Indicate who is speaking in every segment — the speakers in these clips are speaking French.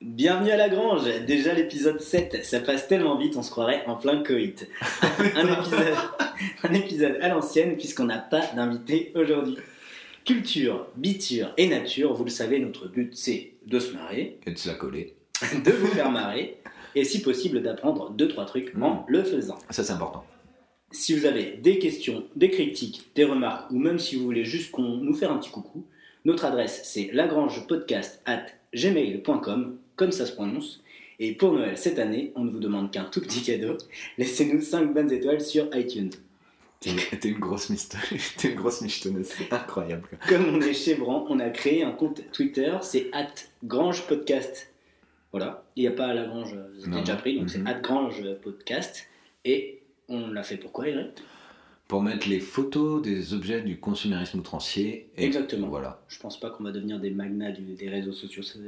Speaker 1: Bienvenue à la grange, déjà l'épisode 7, ça passe tellement vite, on se croirait en plein coït. un, épisode, un épisode à l'ancienne puisqu'on n'a pas d'invité aujourd'hui. Culture, biture et nature, vous le savez, notre but c'est de se marrer,
Speaker 2: Et de se la coller.
Speaker 1: de vous faire marrer et si possible d'apprendre deux trois trucs en le faisant.
Speaker 2: Ça, c'est important.
Speaker 1: Si vous avez des questions, des critiques, des remarques ou même si vous voulez juste qu'on nous faire un petit coucou, notre adresse c'est lagrangepodcast@gmail.com comme ça se prononce. Et pour Noël cette année, on ne vous demande qu'un tout petit cadeau. Laissez-nous 5 bonnes étoiles sur iTunes.
Speaker 2: T'es une- t'es une grosse miste- t'es une grosse michetonneuse. C'est incroyable. quoi.
Speaker 1: Comme on est chez Bran, on a créé un compte Twitter, c'est @grangepodcast. Voilà, il n'y a pas la grange, vous avez
Speaker 2: Non.
Speaker 1: déjà pris, donc c'est
Speaker 2: Mhm.
Speaker 1: @grangepodcast. Et on l'a fait pourquoi, Eric
Speaker 2: Pour mettre les photos des objets du consumérisme outrancier. et-
Speaker 1: Exactement.
Speaker 2: Voilà.
Speaker 1: Je pense pas qu'on va devenir des magnats du- des réseaux sociaux. C'est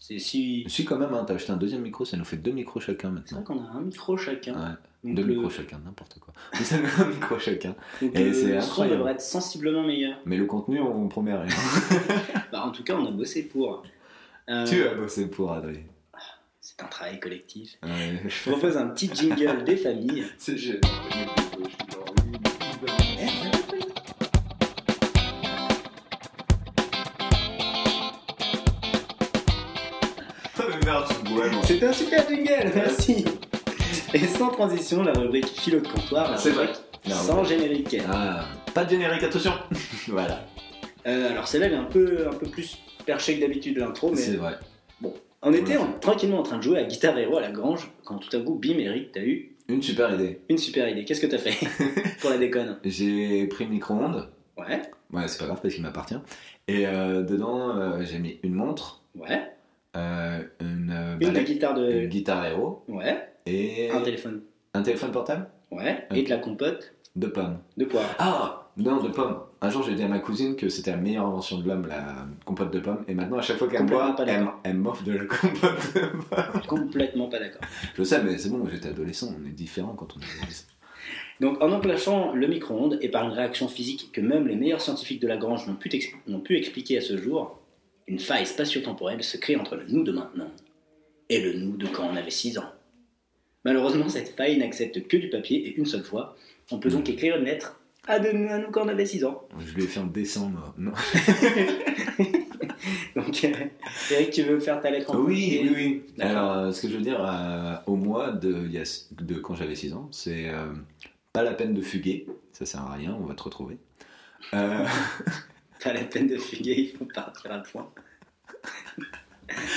Speaker 1: c'est si.
Speaker 2: Si, quand même, hein, t'as acheté un deuxième micro, ça nous fait deux micros chacun
Speaker 1: C'est vrai
Speaker 2: maintenant.
Speaker 1: qu'on a un micro chacun.
Speaker 2: Ouais,
Speaker 1: Donc
Speaker 2: deux
Speaker 1: le-
Speaker 2: micros chacun, n'importe quoi. Mais ça fait un micro chacun.
Speaker 1: donc
Speaker 2: Et
Speaker 1: le
Speaker 2: c'est
Speaker 1: son
Speaker 2: incroyable.
Speaker 1: devrait être sensiblement meilleur.
Speaker 2: Mais le contenu, on promet rien.
Speaker 1: Bah, en tout cas, on a bossé pour. Euh,
Speaker 2: tu as bossé pour, Adrien.
Speaker 1: C'est un travail collectif.
Speaker 2: Ouais.
Speaker 1: Je propose un petit jingle des familles.
Speaker 2: C'est je- Mais merde, je bois, moi.
Speaker 1: C'est un super jingle, merci. Et sans transition, la rubrique philo de comptoir, la
Speaker 2: C'est
Speaker 1: rubrique
Speaker 2: Non,
Speaker 1: sans générique.
Speaker 2: Ah, pas de générique, attention Voilà,
Speaker 1: Euh, alors celle-là, elle est un peu, un peu plus perchée que d'habitude l'intro, mais
Speaker 2: c'est vrai.
Speaker 1: on était
Speaker 2: Ouais.
Speaker 1: en- tranquillement en train de jouer à Guitar Hero à la grange quand tout à coup, bim, Eric, t'as eu
Speaker 2: Une super idée.
Speaker 1: une super idée. Qu'est-ce que t'as fait pour la déconne
Speaker 2: J'ai pris le micro-ondes,
Speaker 1: Ouais,
Speaker 2: ouais, c'est pas grave parce qu'il m'appartient, et euh, dedans euh, j'ai mis une montre,
Speaker 1: ouais.
Speaker 2: euh, une, euh,
Speaker 1: Une de
Speaker 2: balai-
Speaker 1: guitare
Speaker 2: une
Speaker 1: de.
Speaker 2: guitare héros
Speaker 1: Mm. Ouais,
Speaker 2: et
Speaker 1: un téléphone.
Speaker 2: un téléphone portable
Speaker 1: Ouais,
Speaker 2: Ok.
Speaker 1: et de la compote
Speaker 2: de pommes.
Speaker 1: de poire.
Speaker 2: Ah Non, de pommes. Un jour, j'ai dit à ma cousine que c'était la meilleure invention de l'homme, la compote de pommes. Et maintenant, à chaque fois qu'elle me
Speaker 1: Complètement
Speaker 2: voit,
Speaker 1: pas
Speaker 2: elle,
Speaker 1: d'accord.
Speaker 2: elle m'offre de la compote de pommes.
Speaker 1: Complètement pas d'accord.
Speaker 2: Je sais, mais c'est bon, j'étais adolescent. On est différent quand on est adolescent.
Speaker 1: Donc en enclenchant le micro-ondes et par une réaction physique que même les meilleurs scientifiques de Lagrange n'ont pu, t'ex- n'ont pu expliquer à ce jour, une faille spatio-temporelle se crée entre le nous de maintenant et le nous de quand on avait 6 ans. Malheureusement, cette faille n'accepte que du papier et une seule fois. On peut donc écrire une lettre à, de nous, à nous quand on avait 6 ans.
Speaker 2: Je l'ai fait en décembre. Non.
Speaker 1: Donc euh, Eric, tu veux faire ta lettre en
Speaker 2: Oui,
Speaker 1: papier
Speaker 2: oui, oui.
Speaker 1: Oh, D'accord.
Speaker 2: Alors, euh, ce que je veux dire, euh, au mois de, il y a- de quand j'avais 6 ans, c'est euh, pas la peine de fuguer. Ça sert à rien, on va te retrouver. Euh,
Speaker 1: Pas la peine de fuguer, il faut partir à point.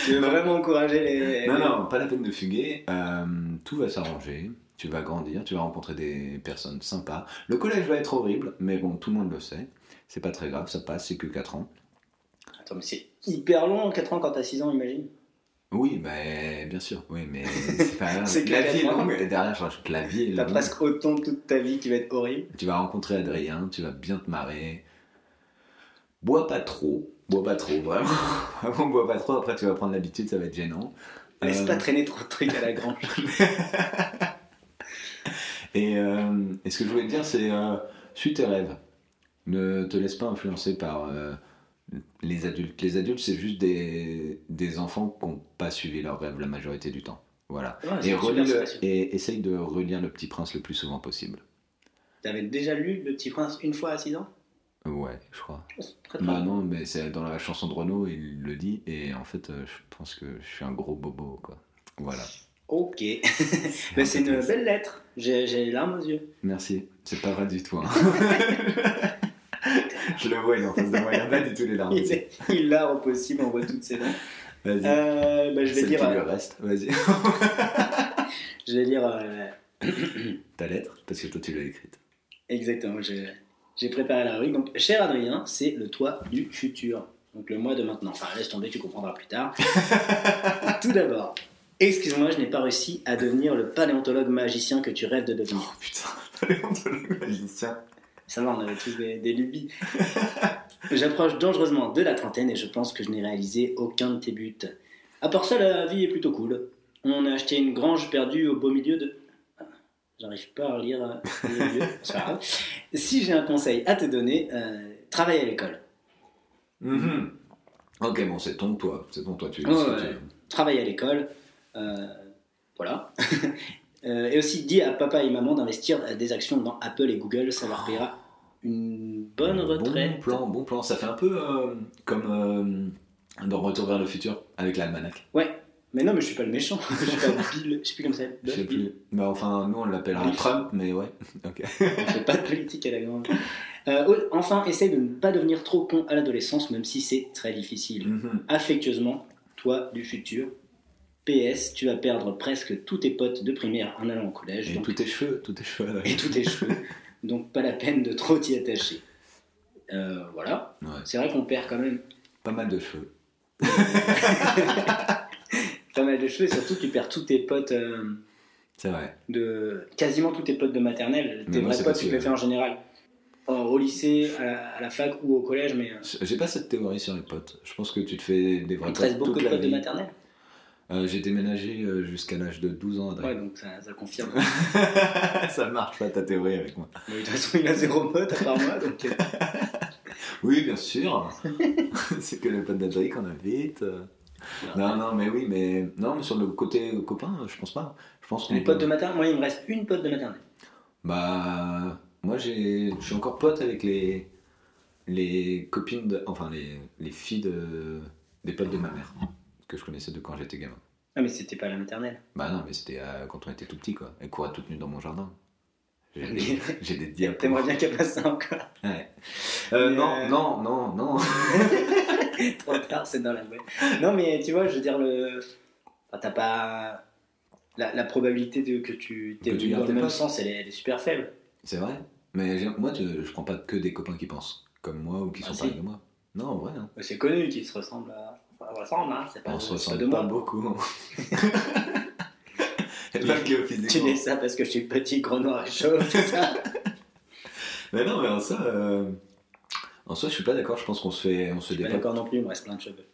Speaker 1: tu veux vraiment encourager les...
Speaker 2: Non,
Speaker 1: les-
Speaker 2: non, pas la peine de fuguer. Euh, tout va s'arranger. Tu vas grandir, tu vas rencontrer des personnes sympas. Le collège va être horrible, mais bon, tout le monde le sait. C'est pas très grave, ça passe, c'est que 4 ans.
Speaker 1: Attends, mais c'est hyper long, 4 ans quand t'as 6 ans, imagine.
Speaker 2: Oui, mais bien sûr, oui, mais c'est pas grave.
Speaker 1: C'est que
Speaker 2: la vie est
Speaker 1: quatre ans.
Speaker 2: longue. Et derrière, je rajoute la vie est
Speaker 1: T'as
Speaker 2: longue.
Speaker 1: presque autant toute ta vie qui va être horrible.
Speaker 2: Tu vas rencontrer Adrien, tu vas bien te marrer. Bois pas trop, bois pas trop, vraiment. Vraiment, bois pas trop, après tu vas prendre l'habitude, ça va être gênant.
Speaker 1: Laisse
Speaker 2: Euh,
Speaker 1: pas traîner trop de trucs à la grange.
Speaker 2: Et, euh, et ce que je voulais te dire, c'est euh, suis tes rêves. Ne te laisse pas influencer par euh, les adultes. Les adultes, c'est juste des, des enfants qui n'ont pas suivi leurs rêves la majorité du temps. Voilà.
Speaker 1: Ah,
Speaker 2: Et, relis le- et essaye de relire Le Petit Prince le plus souvent possible.
Speaker 1: T'avais déjà lu Le Petit Prince une fois à 6 ans
Speaker 2: Ouais, je crois.
Speaker 1: Oh, c'est très
Speaker 2: Bah
Speaker 1: bien.
Speaker 2: non, mais c'est dans la chanson de Renaud, il le dit. Et en fait, euh, je pense que je suis un gros bobo, quoi. Voilà.
Speaker 1: Ok. Bah, c'est une belle lettre. J'ai j'ai les larmes aux yeux.
Speaker 2: Merci. C'est pas vrai du tout. hein. je le vois, il est en face de moi. Il n'a pas du tout les larmes.
Speaker 1: Il est- il l'a au possible, on voit toutes ses lettres.
Speaker 2: Vas-y.
Speaker 1: Euh, bah, je vais
Speaker 2: Celle
Speaker 1: lire,
Speaker 2: qui lui
Speaker 1: euh,
Speaker 2: reste, vas-y.
Speaker 1: je vais lire euh,
Speaker 2: Ta lettre, parce que toi tu l'as écrite.
Speaker 1: Exactement, j'ai j'ai préparé la rubrique. Donc, cher Adrien, c'est le toit du futur. Donc, le mois de maintenant. Enfin, laisse tomber, tu comprendras plus tard. Tout d'abord, excuse-moi, je n'ai pas réussi à devenir le paléontologue magicien que tu rêves de devenir.
Speaker 2: putain, paléontologue magicien.
Speaker 1: Ça va, on avait tous des, des lubies. J'approche dangereusement de la trentaine et je pense que je n'ai réalisé aucun de tes buts. À part ça, la vie est plutôt cool. On a acheté une grange perdue au beau milieu de. Ah, J'arrive pas à lire. euh, le milieu. C'est pas grave. Si j'ai un conseil à te donner, euh, travaille à l'école.
Speaker 2: Mhm. Ok, bon, c'est ton toi, c'est ton toi, tu
Speaker 1: Ouais, ouais.
Speaker 2: tu-
Speaker 1: travaille à l'école, euh, voilà. Euh, et aussi dit à papa et maman d'investir euh, des actions dans Apple et Google, ça leur paiera une bonne retraite.
Speaker 2: Bon plan, bon plan. Ça fait un peu euh, comme euh, dans Retour vers le futur avec l'almanach.
Speaker 1: Ouais, mais non, mais je suis pas le méchant, je suis pas Bill, je sais plus comme ça.
Speaker 2: Je sais plus. Bah, enfin, nous on l'appellera
Speaker 1: Oui.
Speaker 2: Trump, mais ouais. Ok.
Speaker 1: On fait pas de politique à la grande. Euh, oh, enfin, essaye de ne pas devenir trop con à l'adolescence, même si c'est très difficile.
Speaker 2: Mhm.
Speaker 1: Affectueusement, toi du futur. PS, tu vas perdre presque tous tes potes de primaire en allant au collège.
Speaker 2: Et
Speaker 1: donc-
Speaker 2: tous tes cheveux, tous tes cheveux. là.
Speaker 1: et tous tes cheveux. Donc pas la peine de trop t'y attacher. Euh, voilà.
Speaker 2: Ouais.
Speaker 1: C'est vrai qu'on perd quand même
Speaker 2: Pas mal de cheveux.
Speaker 1: pas mal de cheveux. et Surtout, tu perds tous tes potes euh,
Speaker 2: C'est vrai.
Speaker 1: de quasiment tous tes potes de maternelle.
Speaker 2: Mais
Speaker 1: Tes
Speaker 2: moi,
Speaker 1: vrais
Speaker 2: c'est
Speaker 1: potes,
Speaker 2: parce
Speaker 1: tu te
Speaker 2: que-
Speaker 1: les fais en général Or, au lycée, à la, à la fac ou au collège, mais euh,
Speaker 2: J'ai pas cette théorie sur les potes. Je pense que tu te fais des vrais
Speaker 1: il te reste beaucoup
Speaker 2: toute
Speaker 1: de
Speaker 2: la
Speaker 1: potes de
Speaker 2: vie.
Speaker 1: maternelle.
Speaker 2: Euh, J'ai déménagé euh, jusqu'à l'âge de 12 ans.
Speaker 1: Ouais,
Speaker 2: Adrien.
Speaker 1: donc ça, ça confirme.
Speaker 2: ça marche pas ta théorie avec moi.
Speaker 1: Mais de toute façon, il a zéro pote à part moi, donc. euh,
Speaker 2: Oui, bien sûr. c'est que les potes d'Adrien qu'on invite. euh. Non, non, mais oui, mais non, mais sur le côté copain, je pense pas. Je pense qu'on
Speaker 1: Les potes de
Speaker 2: peut-
Speaker 1: maternelle, moi, il me reste une pote de maternelle.
Speaker 2: Bah, moi, j'ai, je suis encore pote avec les les copines, de- enfin les, les filles de, des potes de ma mère que je connaissais de quand j'étais gamin.
Speaker 1: Ah, mais c'était pas la maternelle.
Speaker 2: Bah non, mais c'était euh, quand on était tout petit, quoi. Elles couraient toutes nues dans mon jardin. J'ai
Speaker 1: Mais-
Speaker 2: des, j'ai des diapos.
Speaker 1: T'aimerais bien qu'elle passe ça encore.
Speaker 2: Ouais. Euh,
Speaker 1: Mais,
Speaker 2: Non,
Speaker 1: euh,
Speaker 2: non, non, non.
Speaker 1: Trop tard, c'est dans la boîte. Non, mais tu vois, je veux dire, le... enfin, t'as pas. La, la probabilité de, que tu t'es
Speaker 2: Que tu
Speaker 1: venu dans
Speaker 2: gardes
Speaker 1: le
Speaker 2: tes
Speaker 1: même
Speaker 2: potes.
Speaker 1: sens, elle est, elle est super faible.
Speaker 2: C'est vrai. Mais j'ai- moi, je, je prends pas que des copains qui pensent comme moi ou qui
Speaker 1: Ah,
Speaker 2: sont
Speaker 1: si.
Speaker 2: pareils que moi. Non, en vrai. hein.
Speaker 1: Mais C'est connu qu'ils se ressemblent à. Enfin, on ressemble, hein, c'est pas,
Speaker 2: On se
Speaker 1: c'est pas de
Speaker 2: ressemble pas
Speaker 1: moi.
Speaker 2: beaucoup. hein. Et pas que
Speaker 1: Tu
Speaker 2: physiquement.
Speaker 1: dis ça parce que je suis petit, gros, noir et chauve, tout ça.
Speaker 2: Mais non, mais en soi, euh, en soi, je suis pas d'accord. Je pense qu'on se fait, on
Speaker 1: Je
Speaker 2: se
Speaker 1: suis pas
Speaker 2: développe.
Speaker 1: d'accord non plus, il me reste plein de cheveux.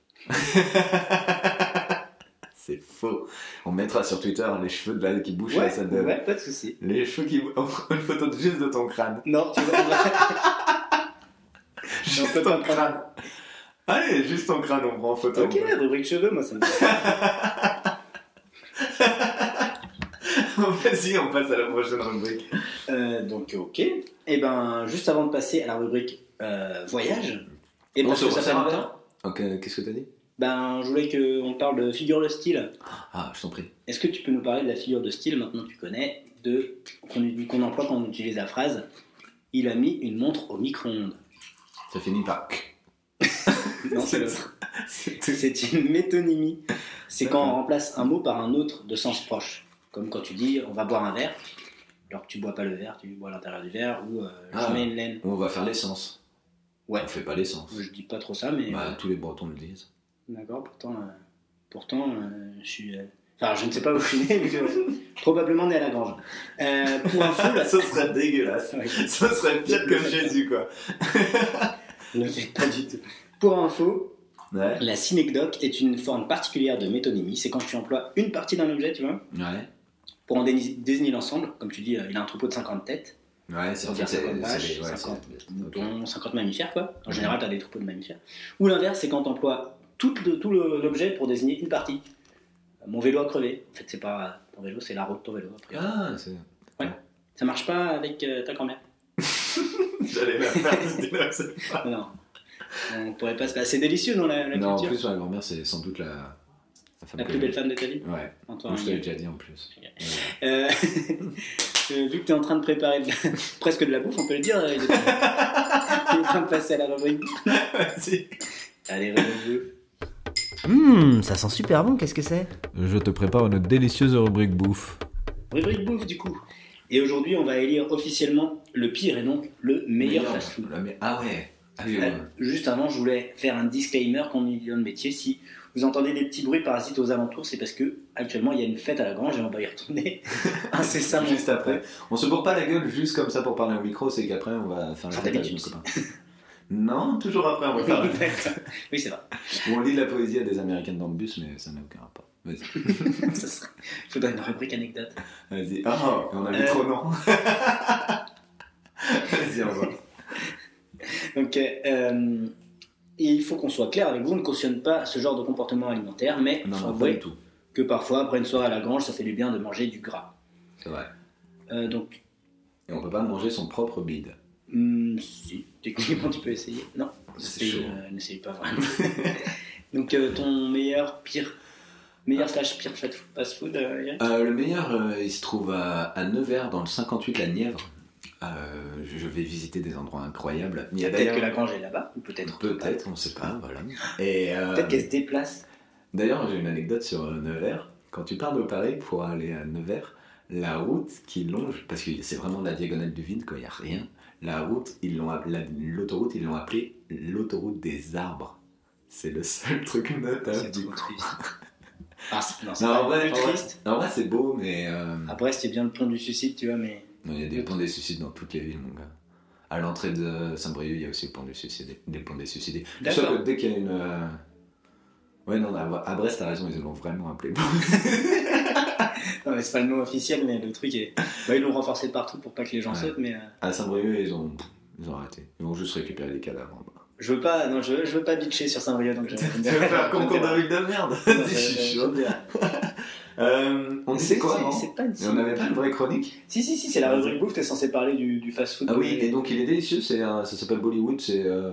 Speaker 2: C'est faux. On mettra sur Twitter les cheveux de la qui bougent à la
Speaker 1: Ouais,
Speaker 2: salle de-
Speaker 1: ouais, pas de soucis.
Speaker 2: Les cheveux qui bougent. Une photo de- juste de ton crâne.
Speaker 1: Non, tu vois, on va-
Speaker 2: Juste
Speaker 1: peut pas
Speaker 2: ton crâne. Allez, juste ton crâne, on prend en photo.
Speaker 1: ok, la rubrique cheveux, moi ça me
Speaker 2: Vas-y, on passe à la prochaine rubrique.
Speaker 1: Euh, donc ok. Et ben juste avant de passer à la rubrique euh, voyage. Et
Speaker 2: On
Speaker 1: parce
Speaker 2: se
Speaker 1: que ça fait
Speaker 2: resserre un
Speaker 1: longtemps.
Speaker 2: Ok, qu'est-ce que t'as dit
Speaker 1: Ben je voulais qu'on parle de figure de style.
Speaker 2: Ah, je t'en prie.
Speaker 1: Est-ce que tu peux nous parler de la figure de style maintenant que tu connais, de qu'on qu'on emploie quand on utilise la phrase Il a mis une montre au micro-ondes.
Speaker 2: Ça finit par.
Speaker 1: Non, c'est l'autre.
Speaker 2: C'est tout.
Speaker 1: C'est une métonymie. C'est quand on
Speaker 2: D'accord.
Speaker 1: remplace un mot par un autre de sens proche. Comme quand tu dis on va boire un verre, alors que tu bois pas le verre, tu bois l'intérieur du verre, ou euh, je
Speaker 2: Ah.
Speaker 1: mets une laine.
Speaker 2: On va faire l'essence.
Speaker 1: Ouais.
Speaker 2: On fait pas l'essence.
Speaker 1: Je dis pas trop ça, mais. euh,
Speaker 2: Bah, tous les Bretons le disent.
Speaker 1: D'accord, pourtant, euh, pourtant euh, je suis. euh, Enfin, je ne sais pas où je suis né, mais euh, probablement né à la grange. Euh, pour info, la...
Speaker 2: serait dégueulasse.
Speaker 1: Ouais,
Speaker 2: Ça serait
Speaker 1: pire que Jésus,
Speaker 2: quoi.
Speaker 1: je ne sais pas du tout. Pour info,
Speaker 2: Ouais.
Speaker 1: la synecdoque est une forme particulière de métonymie. C'est quand tu emploies une partie d'un objet, tu vois,
Speaker 2: Ouais.
Speaker 1: pour en déni- désigner l'ensemble. Comme tu dis, euh, il a un troupeau de 50 têtes.
Speaker 2: Ouais, c'est
Speaker 1: Ça veut dire
Speaker 2: c'est-
Speaker 1: 50
Speaker 2: c'est-
Speaker 1: vaches,
Speaker 2: ouais, c'est-
Speaker 1: 50
Speaker 2: c'est-
Speaker 1: moutons, 50 mammifères, quoi. En
Speaker 2: Mhm.
Speaker 1: général, tu as des troupeaux de mammifères. Ou l'inverse, c'est quand tu emploies tout le- tout le- l'objet pour désigner une partie. Euh, Mon vélo a crevé. En fait, c'est pas ton vélo, c'est la roue de ton vélo. a priori.
Speaker 2: Ah, c'est.
Speaker 1: Ça marche pas avec euh, ta grand-mère.
Speaker 2: J'allais la faire.
Speaker 1: Non. On pourrait pas se passer. C'est délicieux dans la, la
Speaker 2: non, en
Speaker 1: culture.
Speaker 2: plus, ma grand-mère, c'est sans doute la. femme
Speaker 1: La
Speaker 2: que-
Speaker 1: plus belle femme de ta vie,
Speaker 2: Ouais,
Speaker 1: Antoine.
Speaker 2: Moi, je te l'ai déjà dit en plus.
Speaker 1: Génial.
Speaker 2: Ouais.
Speaker 1: Euh, euh, vu que tu es en train de préparer de la- presque de la bouffe, on peut le dire. euh, il est- il est en train de passer à la rubrique. Allez, rubrique
Speaker 3: Hum, ça sent super bon, qu'est-ce que c'est
Speaker 4: Je te prépare une délicieuse rubrique bouffe.
Speaker 1: bouffe. Rubrique bouffe, du coup. Et aujourd'hui, on va élire officiellement le pire et donc le meilleur
Speaker 2: Meilleur,
Speaker 1: fast-food.
Speaker 2: la me- Ah ouais. Ah oui,
Speaker 1: Euh,
Speaker 2: ouais.
Speaker 1: Juste avant, je voulais faire un disclaimer qu'on est dans le métier. Si vous entendez des petits bruits parasites aux alentours, c'est parce que actuellement il y a une fête à la grange et on va y retourner incessamment.
Speaker 2: Juste après. On se bourre pas la gueule juste comme ça pour parler au micro, c'est qu'après on va faire la
Speaker 1: Ah,
Speaker 2: fête avec nos
Speaker 1: d'habitude.
Speaker 2: copains. Non, toujours après on va faire la fête.
Speaker 1: oui, c'est vrai.
Speaker 2: Ou on lit de la poésie à des américaines dans le bus, mais ça n'a aucun rapport. Vas-y.
Speaker 1: Ça serait- Il faudrait une rubrique anecdote.
Speaker 2: Vas-y. Ah, on a mis
Speaker 1: Euh.
Speaker 2: trop non. Vas-y, au revoir.
Speaker 1: Donc, euh, euh, Et il faut qu'on soit clair avec vous, on ne cautionne pas ce genre de comportement alimentaire, mais il
Speaker 2: Non,
Speaker 1: faut
Speaker 2: non, pas
Speaker 1: avouer
Speaker 2: du tout.
Speaker 1: que parfois, après une soirée à la grange, ça fait du bien de manger du gras.
Speaker 2: C'est vrai.
Speaker 1: Euh, donc,
Speaker 2: Et on peut pas manger son propre bide.
Speaker 1: hum, si, techniquement, tu peux essayer. Non,
Speaker 2: C'est
Speaker 1: essaye,
Speaker 2: chaud. hein.
Speaker 1: euh, n'essaye pas vraiment. donc, euh, ton meilleur, pire, meilleur slash pire fat- fast-food, euh, Eric
Speaker 2: Euh, le meilleur, euh, il se trouve à, à Nevers, dans le 58, la Nièvre. Euh, je je vais visiter des endroits incroyables. Il y a
Speaker 1: Peut-être
Speaker 2: d'ailleurs-
Speaker 1: que la grange est là-bas, ou peut-être. pas.
Speaker 2: Peut-être, on sait pas, voilà. Et euh,
Speaker 1: Peut-être qu'elle se déplace.
Speaker 2: d'ailleurs, j'ai une anecdote sur euh, Nevers. Quand tu pars de Paris pour aller à Nevers, la route qui longe, parce que c'est vraiment la diagonale du vide quand il n'y a rien, la route, ils l'ont app- la- l'autoroute, ils l'ont appelée l'autoroute des arbres. C'est le seul truc notable
Speaker 1: C'est
Speaker 2: du
Speaker 1: trop
Speaker 2: coup.
Speaker 1: triste. Ah, c'est- non, c'est
Speaker 2: Non,
Speaker 1: pas
Speaker 2: en
Speaker 1: plus
Speaker 2: vrai, en vrai-
Speaker 1: triste.
Speaker 2: En vrai, c'est beau, mais euh,
Speaker 1: Après, c'était bien le pont du suicide, tu vois, mais.
Speaker 2: Non, il y a des ponts des suicides dans toutes les villes, mon gars. À l'entrée de Saint-Brieuc, il y a aussi le pont du suicide, des ponts des suicidés. Sauf
Speaker 1: D'accord.
Speaker 2: que dès qu'il y a une. euh, Ouais, non, à à Brest, t'as raison, ils l'ont vraiment appelé.
Speaker 1: Non, mais c'est pas le nom officiel, mais le truc est. Bah, ils l'ont renforcé partout pour pas que les gens
Speaker 2: Ouais.
Speaker 1: sautent, mais. euh,
Speaker 2: à Saint-Brieuc, ils ont... ils ont arrêté. Ils vont juste récupérer les cadavres.
Speaker 1: Je veux pas, non, je veux, je veux pas bitcher sur Saint-Brieuc, donc je
Speaker 2: de merde
Speaker 1: Non,
Speaker 2: Je
Speaker 1: je-
Speaker 2: suis
Speaker 1: je-
Speaker 2: chaud. Euh, On
Speaker 1: C'est
Speaker 2: disait
Speaker 1: quoi
Speaker 2: quoi avant
Speaker 1: C'est pas une.
Speaker 2: Et On n'avait pas une vraie chronique
Speaker 1: Si, si, si, c'est la rubrique bouffe, t'es censé parler du, du fast-food.
Speaker 2: Ah oui, et donc il est délicieux, c'est un- ça s'appelle Bollywood, c'est euh,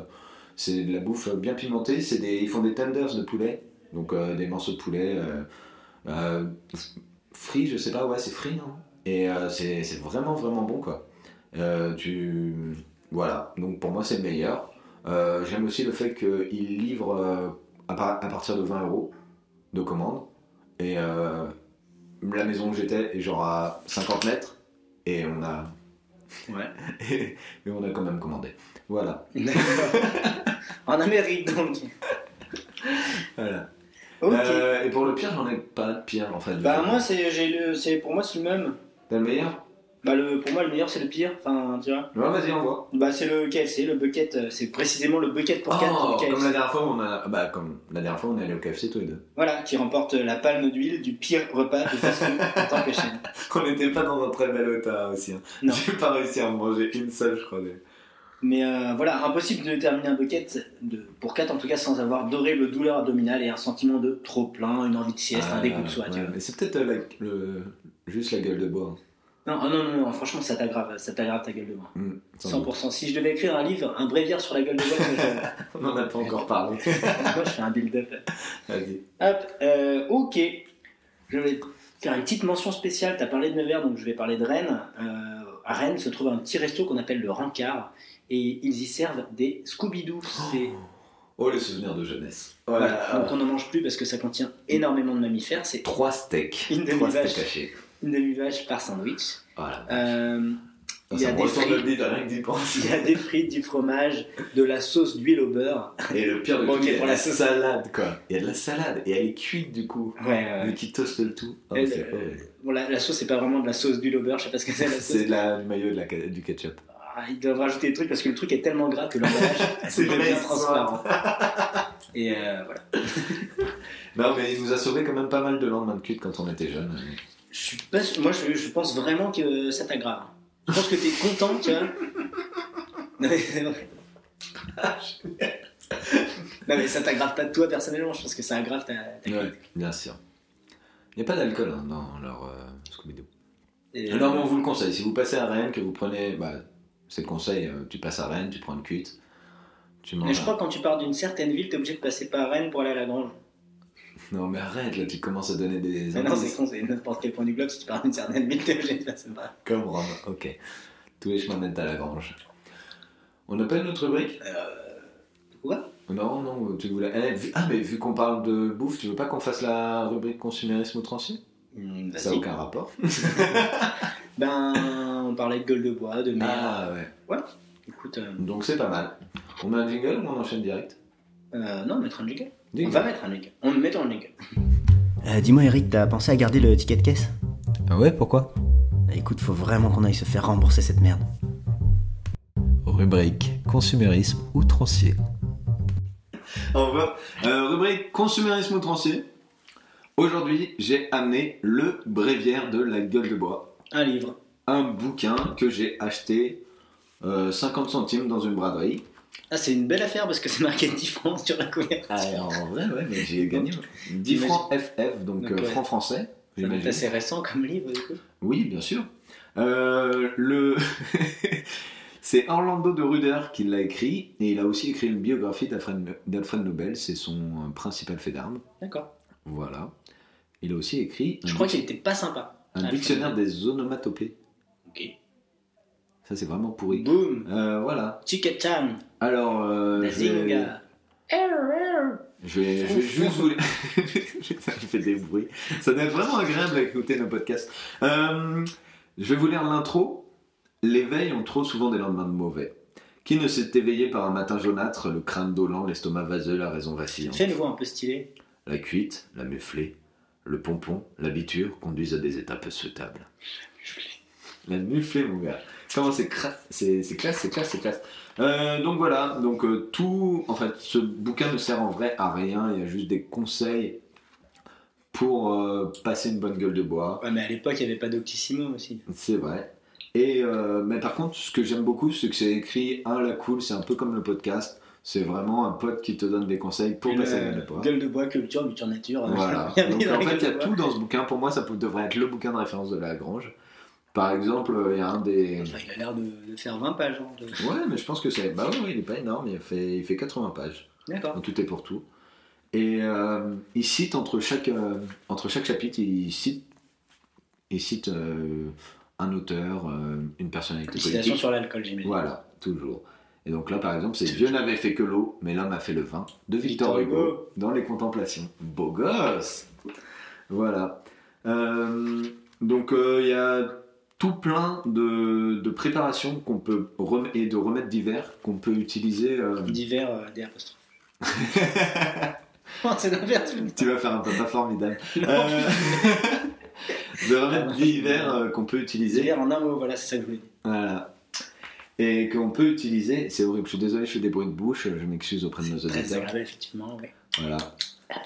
Speaker 2: c'est de la bouffe bien pimentée, c'est des, ils font des tenders de poulet, donc euh, des morceaux de poulet euh, euh, f- frits, je sais pas, ouais c'est frit, non Et euh, c'est c'est vraiment vraiment bon quoi. Euh, tu... Voilà, donc pour moi c'est le meilleur. Euh, J'aime aussi le fait qu'ils livrent euh, à, par- à partir de 20 euros de commande, et euh, la maison où j'étais est genre à 50 mètres, et on a
Speaker 1: Ouais.
Speaker 2: et- Mais on a quand même commandé. Voilà.
Speaker 1: en Amérique, donc. Ok.
Speaker 2: Euh, et pour le pire, j'en ai pas de pire en fait.
Speaker 1: Bah, moi, c'est, j'ai le, c'est, pour moi, c'est le même.
Speaker 2: T'as le meilleur
Speaker 1: Bah, le, pour moi, le meilleur, c'est le pire. Enfin, tu vois.
Speaker 2: Ouais, vas-y, envoie.
Speaker 1: Bah, c'est le KFC, le bucket, euh, c'est précisément le bucket pour 4
Speaker 2: Oh,
Speaker 1: pour KFC.
Speaker 2: comme la dernière fois, on a. Bah, comme la dernière fois, on est allé au KFC tous les deux.
Speaker 1: Voilà, qui remporte euh, la palme d'huile du pire repas de fast-food en tant que chaîne.
Speaker 2: On n'était pas dans un très bel état aussi. hein.
Speaker 1: Non.
Speaker 2: J'ai pas réussi à en manger une seule, je crois. d'ailleurs.
Speaker 1: Mais euh, voilà, impossible de terminer un bucket de, pour 4 en tout cas sans avoir d'horrible douleur abdominale et un sentiment de trop plein, une envie de sieste,
Speaker 2: Ah,
Speaker 1: un dégoût de soi.
Speaker 2: ouais,
Speaker 1: tu vois.
Speaker 2: Mais c'est peut-être euh, la- le... juste la gueule de bois.
Speaker 1: Non, oh non, non, non, franchement, ça t'aggrave, ça t'aggrave ta gueule de bois.
Speaker 2: hein. Hmm, sans doute.
Speaker 1: 100%. Si je devais écrire un livre, un bréviaire sur la gueule de bois, tu vois,
Speaker 2: On n'en a pas encore parlé.
Speaker 1: je, moi, je fais un build-up.
Speaker 2: Vas-y.
Speaker 1: Hop, euh, ok. Je vais faire une petite mention spéciale. Tu as parlé de Nevers, donc je vais parler de Rennes. Euh, à Rennes se trouve un petit resto qu'on appelle le Rancard. Et ils y servent des Scooby-Doo. C'est-
Speaker 2: Oh, les souvenirs de jeunesse.
Speaker 1: Voilà.
Speaker 2: Voilà.
Speaker 1: Donc on n'en mange plus parce que ça contient énormément de mammifères. C'est
Speaker 2: Trois steaks.
Speaker 1: Une
Speaker 2: Trois
Speaker 1: demi-vache.
Speaker 2: steaks hachés.
Speaker 1: une demi-vache par sandwich.
Speaker 2: Voilà.
Speaker 1: Euh, Il y
Speaker 2: Ça
Speaker 1: a
Speaker 2: me
Speaker 1: des
Speaker 2: retourne le
Speaker 1: frites.
Speaker 2: bide rien que d'y penser.
Speaker 1: il y a des frites, du fromage, de la sauce d'huile au beurre.
Speaker 2: Et le pire de
Speaker 1: Bon,
Speaker 2: tout,
Speaker 1: ok,
Speaker 2: il y a
Speaker 1: pour
Speaker 2: de
Speaker 1: la
Speaker 2: la
Speaker 1: sauce.
Speaker 2: salade, quoi. Il y a de la salade, et elle est cuite, du coup.
Speaker 1: Ouais, ouais,
Speaker 2: Mais
Speaker 1: ouais.
Speaker 2: qui toaste le tout. Oh,
Speaker 1: Elle,
Speaker 2: c'est
Speaker 1: euh,
Speaker 2: horrible.
Speaker 1: Bon, la, la sauce, c'est pas vraiment de la sauce d'huile au beurre. Je sais pas ce que c'est la sauce.
Speaker 2: C'est de la- du maillot et de la, du ketchup.
Speaker 1: Ah, ils doivent rajouter des trucs parce que le truc est tellement gras que l'emballage
Speaker 2: C'est
Speaker 1: c'est bien
Speaker 2: vrai,
Speaker 1: transparent. Et euh, voilà.
Speaker 2: Non, mais il nous a sauvé quand même pas mal de lendemains de cuite quand on était jeunes.
Speaker 1: Je suis pas sûr- Moi, je, je pense vraiment que ça t'aggrave. Je pense que t'es content, tu vois. Non mais, c'est vrai. non mais ça t'aggrave pas de toi personnellement, je pense que ça aggrave ta, ta
Speaker 2: Ouais, bien sûr. Il n'y a pas d'alcool hein, dans leur euh, Scooby-Doo.
Speaker 1: Et-
Speaker 2: Ah
Speaker 1: euh,
Speaker 2: Non, mais on vous le conseille. Si vous passez à Rennes, que vous prenez. Bah, c'est le conseil. euh, tu passes à Rennes, tu prends une cuite. Tu manges.
Speaker 1: Mais je
Speaker 2: un-
Speaker 1: crois que quand tu pars d'une certaine ville, t'es obligé de passer par Rennes pour aller à la grange.
Speaker 2: Non, mais arrête, là, tu commences à donner des
Speaker 1: Mais non, c'est
Speaker 2: indices.
Speaker 1: con, c'est n'importe quel point du globe, si tu pars d'une certaine ville, t'es obligé de passer par.
Speaker 2: Comme Rome. Ok. Tous les chemins mènent à la grange. On n'a pas une autre rubrique Euh,
Speaker 1: Quoi
Speaker 2: Non, non, tu voulais. Eh, vu- Ah, mais vu qu'on parle de bouffe, tu veux pas qu'on fasse la rubrique consumérisme outrancier
Speaker 1: Hmm,
Speaker 2: Ça n'a
Speaker 1: vas-y.
Speaker 2: aucun rapport.
Speaker 1: Ben, on parlait de gueule de bois, de mer.
Speaker 2: Ah ouais.
Speaker 1: Écoute, euh,
Speaker 2: Donc c'est pas mal. On met un jingle ou on enchaîne direct
Speaker 1: euh, non, mettre un jingle. On
Speaker 2: Jingle.
Speaker 1: va mettre un jingle. On le met en jingle.
Speaker 3: Euh, Dis-moi, Eric, t'as pensé à garder le ticket de caisse Bah,
Speaker 4: Ah ouais, pourquoi
Speaker 3: Écoute, faut vraiment qu'on aille se faire rembourser cette merde.
Speaker 4: Rubrique consumérisme outrancier.
Speaker 2: Au revoir. Euh, rubrique consumérisme outrancier. Aujourd'hui, j'ai amené le bréviaire de la gueule de bois.
Speaker 1: Un livre.
Speaker 2: Un bouquin que j'ai acheté euh, 50 centimes dans une braderie.
Speaker 1: Ah, c'est une belle affaire parce que c'est marqué différent sur la couverture.
Speaker 2: Ah, en vrai, ouais, mais j'ai gagné. 10 francs FF, donc,
Speaker 1: Donc,
Speaker 2: euh,
Speaker 1: ouais.
Speaker 2: francs français.
Speaker 1: Ça doit être
Speaker 2: j'imagine.
Speaker 1: assez récent comme livre, du coup.
Speaker 2: Oui, bien sûr. Euh, le... c'est Orlando de Ruder qui l'a écrit, et il a aussi écrit une biographie d'Alfred d'Alfred Nobel, c'est son euh, principal fait d'armes.
Speaker 1: D'accord.
Speaker 2: Voilà. Il a aussi écrit un,
Speaker 1: Je crois
Speaker 2: dic-
Speaker 1: qu'il était pas sympa.
Speaker 2: un
Speaker 1: Ah,
Speaker 2: dictionnaire des onomatopées.
Speaker 1: Ok.
Speaker 2: Ça, c'est vraiment pourri.
Speaker 1: Boom.
Speaker 2: Euh, voilà.
Speaker 1: Chica-chan.
Speaker 2: Alors, euh, je vais,
Speaker 1: Bazinga.
Speaker 2: je vais- je vais juste vous... ça me fait des bruits. Ça doit être vraiment agréable à écouter nos podcasts. Euh, je vais vous lire l'intro. Les veilles ont trop souvent des lendemains de mauvais. Qui ne s'est éveillé par un matin jaunâtre, le crâne dolent, l'estomac vaseux, la raison vacillante
Speaker 1: Fais une voix un peu stylée.
Speaker 2: La cuite, la muflée, le pompon, la biture conduisent à des étapes souhaitables. La muflée, mon gars. Comment c'est cra- c'est c'est classe, c'est classe, c'est classe. Euh, donc voilà, donc euh, tout, en fait, ce bouquin ne sert en vrai à rien. Il y a juste des conseils pour euh, passer une bonne gueule de bois.
Speaker 1: Ouais, mais à l'époque, il n'y avait pas d'Octissimo aussi.
Speaker 2: C'est vrai. Et euh, mais par contre, ce que j'aime beaucoup, c'est que c'est écrit à la cool. C'est un peu comme le podcast. C'est vraiment un pote qui te donne des conseils pour
Speaker 1: Une,
Speaker 2: passer la
Speaker 1: euh,
Speaker 2: gueule de bois.
Speaker 1: Gueule de bois, culture, culture nature. euh,
Speaker 2: Voilà.
Speaker 1: Il y a
Speaker 2: Donc,
Speaker 1: mis dans
Speaker 2: en
Speaker 1: la
Speaker 2: fait, il y a
Speaker 1: gueule de
Speaker 2: tout dans ce bouquin. Pour moi, ça peut- devrait être le bouquin de référence de Lagrange. Par exemple, euh, il y a un des.
Speaker 1: bois. Enfin, il a l'air de, de faire 20 pages. hein, de-
Speaker 2: Ouais, mais je pense que c'est. Bah oui, il est pas énorme. Il fait, il fait 80 pages.
Speaker 1: D'accord.
Speaker 2: En tout et pour tout. Et euh, il cite entre chaque, euh, entre chaque chapitre, il cite, il cite euh, un auteur, euh, une personnalité
Speaker 1: Citation
Speaker 2: politique.
Speaker 1: sur l'alcool, j'imagine.
Speaker 2: Voilà, toujours. Et donc là, par exemple, c'est Dieu n'avait fait que l'eau, mais l'homme a fait le vin de Victor,
Speaker 1: Victor
Speaker 2: Hugo,
Speaker 1: Hugo.
Speaker 2: dans Les Contemplations. Beau gosse Voilà. Euh, donc euh, il y a tout plein de, de préparations qu'on peut rem- et de remèdes divers qu'on peut utiliser. euh,
Speaker 1: Divers euh, des apostrophes. Oh, c'est l'inverse. putain.
Speaker 2: Tu vas faire un papa formidable.
Speaker 1: Non,
Speaker 2: Euh, de remèdes
Speaker 1: Pardon.
Speaker 2: divers euh, qu'on peut utiliser.
Speaker 1: Divers en un mot, voilà, c'est ça que je voulais dire.
Speaker 2: Voilà. Et qu'on peut utiliser. C'est horrible, je suis désolé, je fais des bruits de bouche, je m'excuse auprès de nos
Speaker 1: Très
Speaker 2: auditeurs.
Speaker 1: agréable, effectivement. ouais.
Speaker 2: Voilà.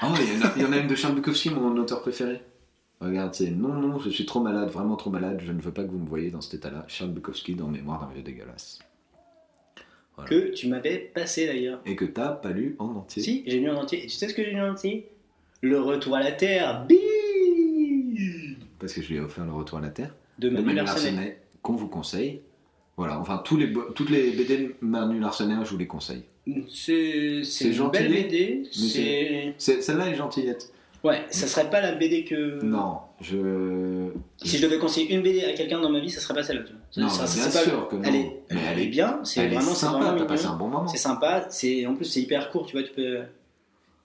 Speaker 2: Oh, il y en a- il y, en a une de Charles Bukowski, mon auteur préféré. Regarde, c'est non, non, je suis trop malade, vraiment trop malade, je ne veux pas que vous me voyez dans cet état-là. Charles Bukowski dans Mémoire d'un vieux dégueulasse.
Speaker 1: Que tu m'avais passé d'ailleurs.
Speaker 2: Et que t'as pas lu en entier.
Speaker 1: Si, j'ai lu en entier. Et tu sais ce que j'ai lu en entier Le retour à la Terre. Bim
Speaker 2: Parce que je lui ai offert le retour à la Terre.
Speaker 1: De
Speaker 2: De
Speaker 1: Manu
Speaker 2: Manu
Speaker 1: Larsenet.
Speaker 2: Larsenet, qu'on vous conseille. Voilà, enfin, tous les, bo- toutes les BD Manu Larsenet, je vous les conseille.
Speaker 1: C'est c'est une
Speaker 2: gentil,
Speaker 1: belle
Speaker 2: mais-
Speaker 1: BD. C'est.
Speaker 2: C'est- Celle-là est gentillette.
Speaker 1: Ouais, ça serait pas la BD que.
Speaker 2: Non, je.
Speaker 1: Si je devais conseiller une BD à quelqu'un dans ma vie, ça serait pas celle-là. tu vois. Ça-
Speaker 2: Non,
Speaker 1: ça-
Speaker 2: mais
Speaker 1: ça-
Speaker 2: bien
Speaker 1: c'est pas-
Speaker 2: sûr que non.
Speaker 1: Elle est,
Speaker 2: Mais
Speaker 1: elle est bien, c'est
Speaker 2: elle est
Speaker 1: vraiment c'est
Speaker 2: sympa,
Speaker 1: vraiment
Speaker 2: t'as passé
Speaker 1: mignon.
Speaker 2: un bon moment.
Speaker 1: C'est sympa, c'est en plus c'est hyper court, tu vois, tu peux.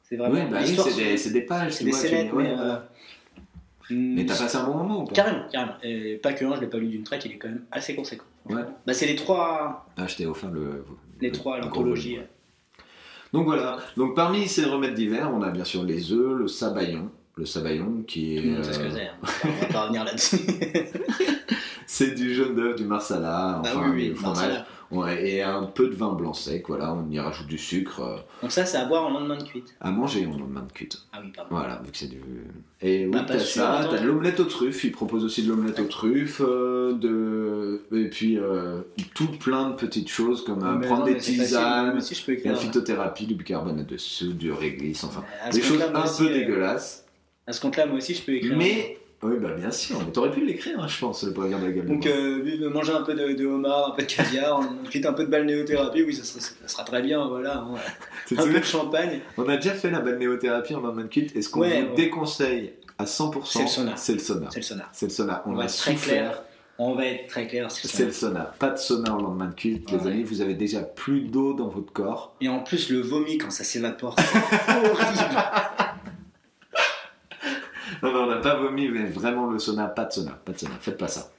Speaker 1: C'est vraiment.
Speaker 2: Oui, bah oui,
Speaker 1: l'histoire,
Speaker 2: c'est des, c'est des pages,
Speaker 1: c'est
Speaker 2: tu
Speaker 1: des
Speaker 2: vois, tu-
Speaker 1: scénettes,
Speaker 2: ouais,
Speaker 1: mais.
Speaker 2: voilà.
Speaker 1: euh, hum,
Speaker 2: Mais t'as passé un bon moment ou pas
Speaker 1: Carrément, carrément. Et pas que un, je l'ai pas lu d'une traite, il est quand même assez conséquent.
Speaker 2: Ouais.
Speaker 1: Bah c'est les trois,
Speaker 2: Ah, je t'ai offert le.
Speaker 1: les
Speaker 2: le-
Speaker 1: trois,
Speaker 2: le
Speaker 1: l'anthologie.
Speaker 2: gros volume. Donc voilà. Donc parmi ces remèdes divers, on a bien sûr les œufs, le sabayon. Le sabayon qui
Speaker 1: Tout
Speaker 2: est.
Speaker 1: le monde sait ce que
Speaker 2: euh,
Speaker 1: c'est. hein. On va pas revenir là-dessus.
Speaker 2: c'est du jaune d'œuf, du marsala,
Speaker 1: bah
Speaker 2: enfin,
Speaker 1: oui, oui,
Speaker 2: du
Speaker 1: non, ça,
Speaker 2: fromage.
Speaker 1: là.
Speaker 2: Ouais, et un peu de vin blanc sec, voilà. On y rajoute du sucre euh,
Speaker 1: Donc ça, c'est à boire en lendemain de cuite.
Speaker 2: à manger en lendemain de cuite.
Speaker 1: Ah oui, pardon.
Speaker 2: Voilà, vu que c'est du. Et oui,
Speaker 1: Bah, pas
Speaker 2: t'as
Speaker 1: sûr,
Speaker 2: ça,
Speaker 1: attends.
Speaker 2: t'as de l'omelette aux truffes. Il propose aussi de l'omelette aux truffes, euh, de. Et puis euh, tout plein de petites choses comme euh,
Speaker 1: Mais
Speaker 2: prendre
Speaker 1: non,
Speaker 2: des
Speaker 1: mais c'est facile,
Speaker 2: tisanes.
Speaker 1: moi aussi, je peux écrire.
Speaker 2: La phytothérapie, du bicarbonate de soude, du réglisse, enfin.
Speaker 1: Euh, À ce
Speaker 2: des choses
Speaker 1: compte-là, moi
Speaker 2: un
Speaker 1: aussi,
Speaker 2: peu
Speaker 1: euh,
Speaker 2: dégueulasses.
Speaker 1: À ce compte-là, moi aussi, je peux écrire.
Speaker 2: Mais. Oui, bah bien sûr, mais t'aurais pu l'écrire, hein, je pense, le programme de la gueule. de
Speaker 1: Donc,
Speaker 2: bois.
Speaker 1: euh, vu- manger un peu de, de homard, un peu de caviar, on fait un peu de balnéothérapie, oui, ça sera, ça sera très bien, voilà. hein.
Speaker 2: Tu te
Speaker 1: Un peu
Speaker 2: souviens,
Speaker 1: de champagne.
Speaker 2: On a déjà fait la balnéothérapie en lendemain de cuite, et ce qu'on
Speaker 1: Ouais,
Speaker 2: vous
Speaker 1: ouais.
Speaker 2: déconseille à 100%,
Speaker 1: C'est le sauna.
Speaker 2: C'est le sauna.
Speaker 1: C'est le sonar.
Speaker 2: C'est le sauna. On,
Speaker 1: va
Speaker 2: a
Speaker 1: être très
Speaker 2: souffert.
Speaker 1: clair. On va être très clair, c'est le
Speaker 2: C'est
Speaker 1: sauna.
Speaker 2: le sauna. Pas de sauna en lendemain de cuite, les
Speaker 1: Ouais.
Speaker 2: amis, vous avez déjà plus d'eau dans votre corps.
Speaker 1: Et en plus, le vomi, quand ça s'évapore, c'est horrible.
Speaker 2: Non, non, on n'a pas vomi, mais vraiment le sauna, pas de sauna, pas de sauna, faites pas ça.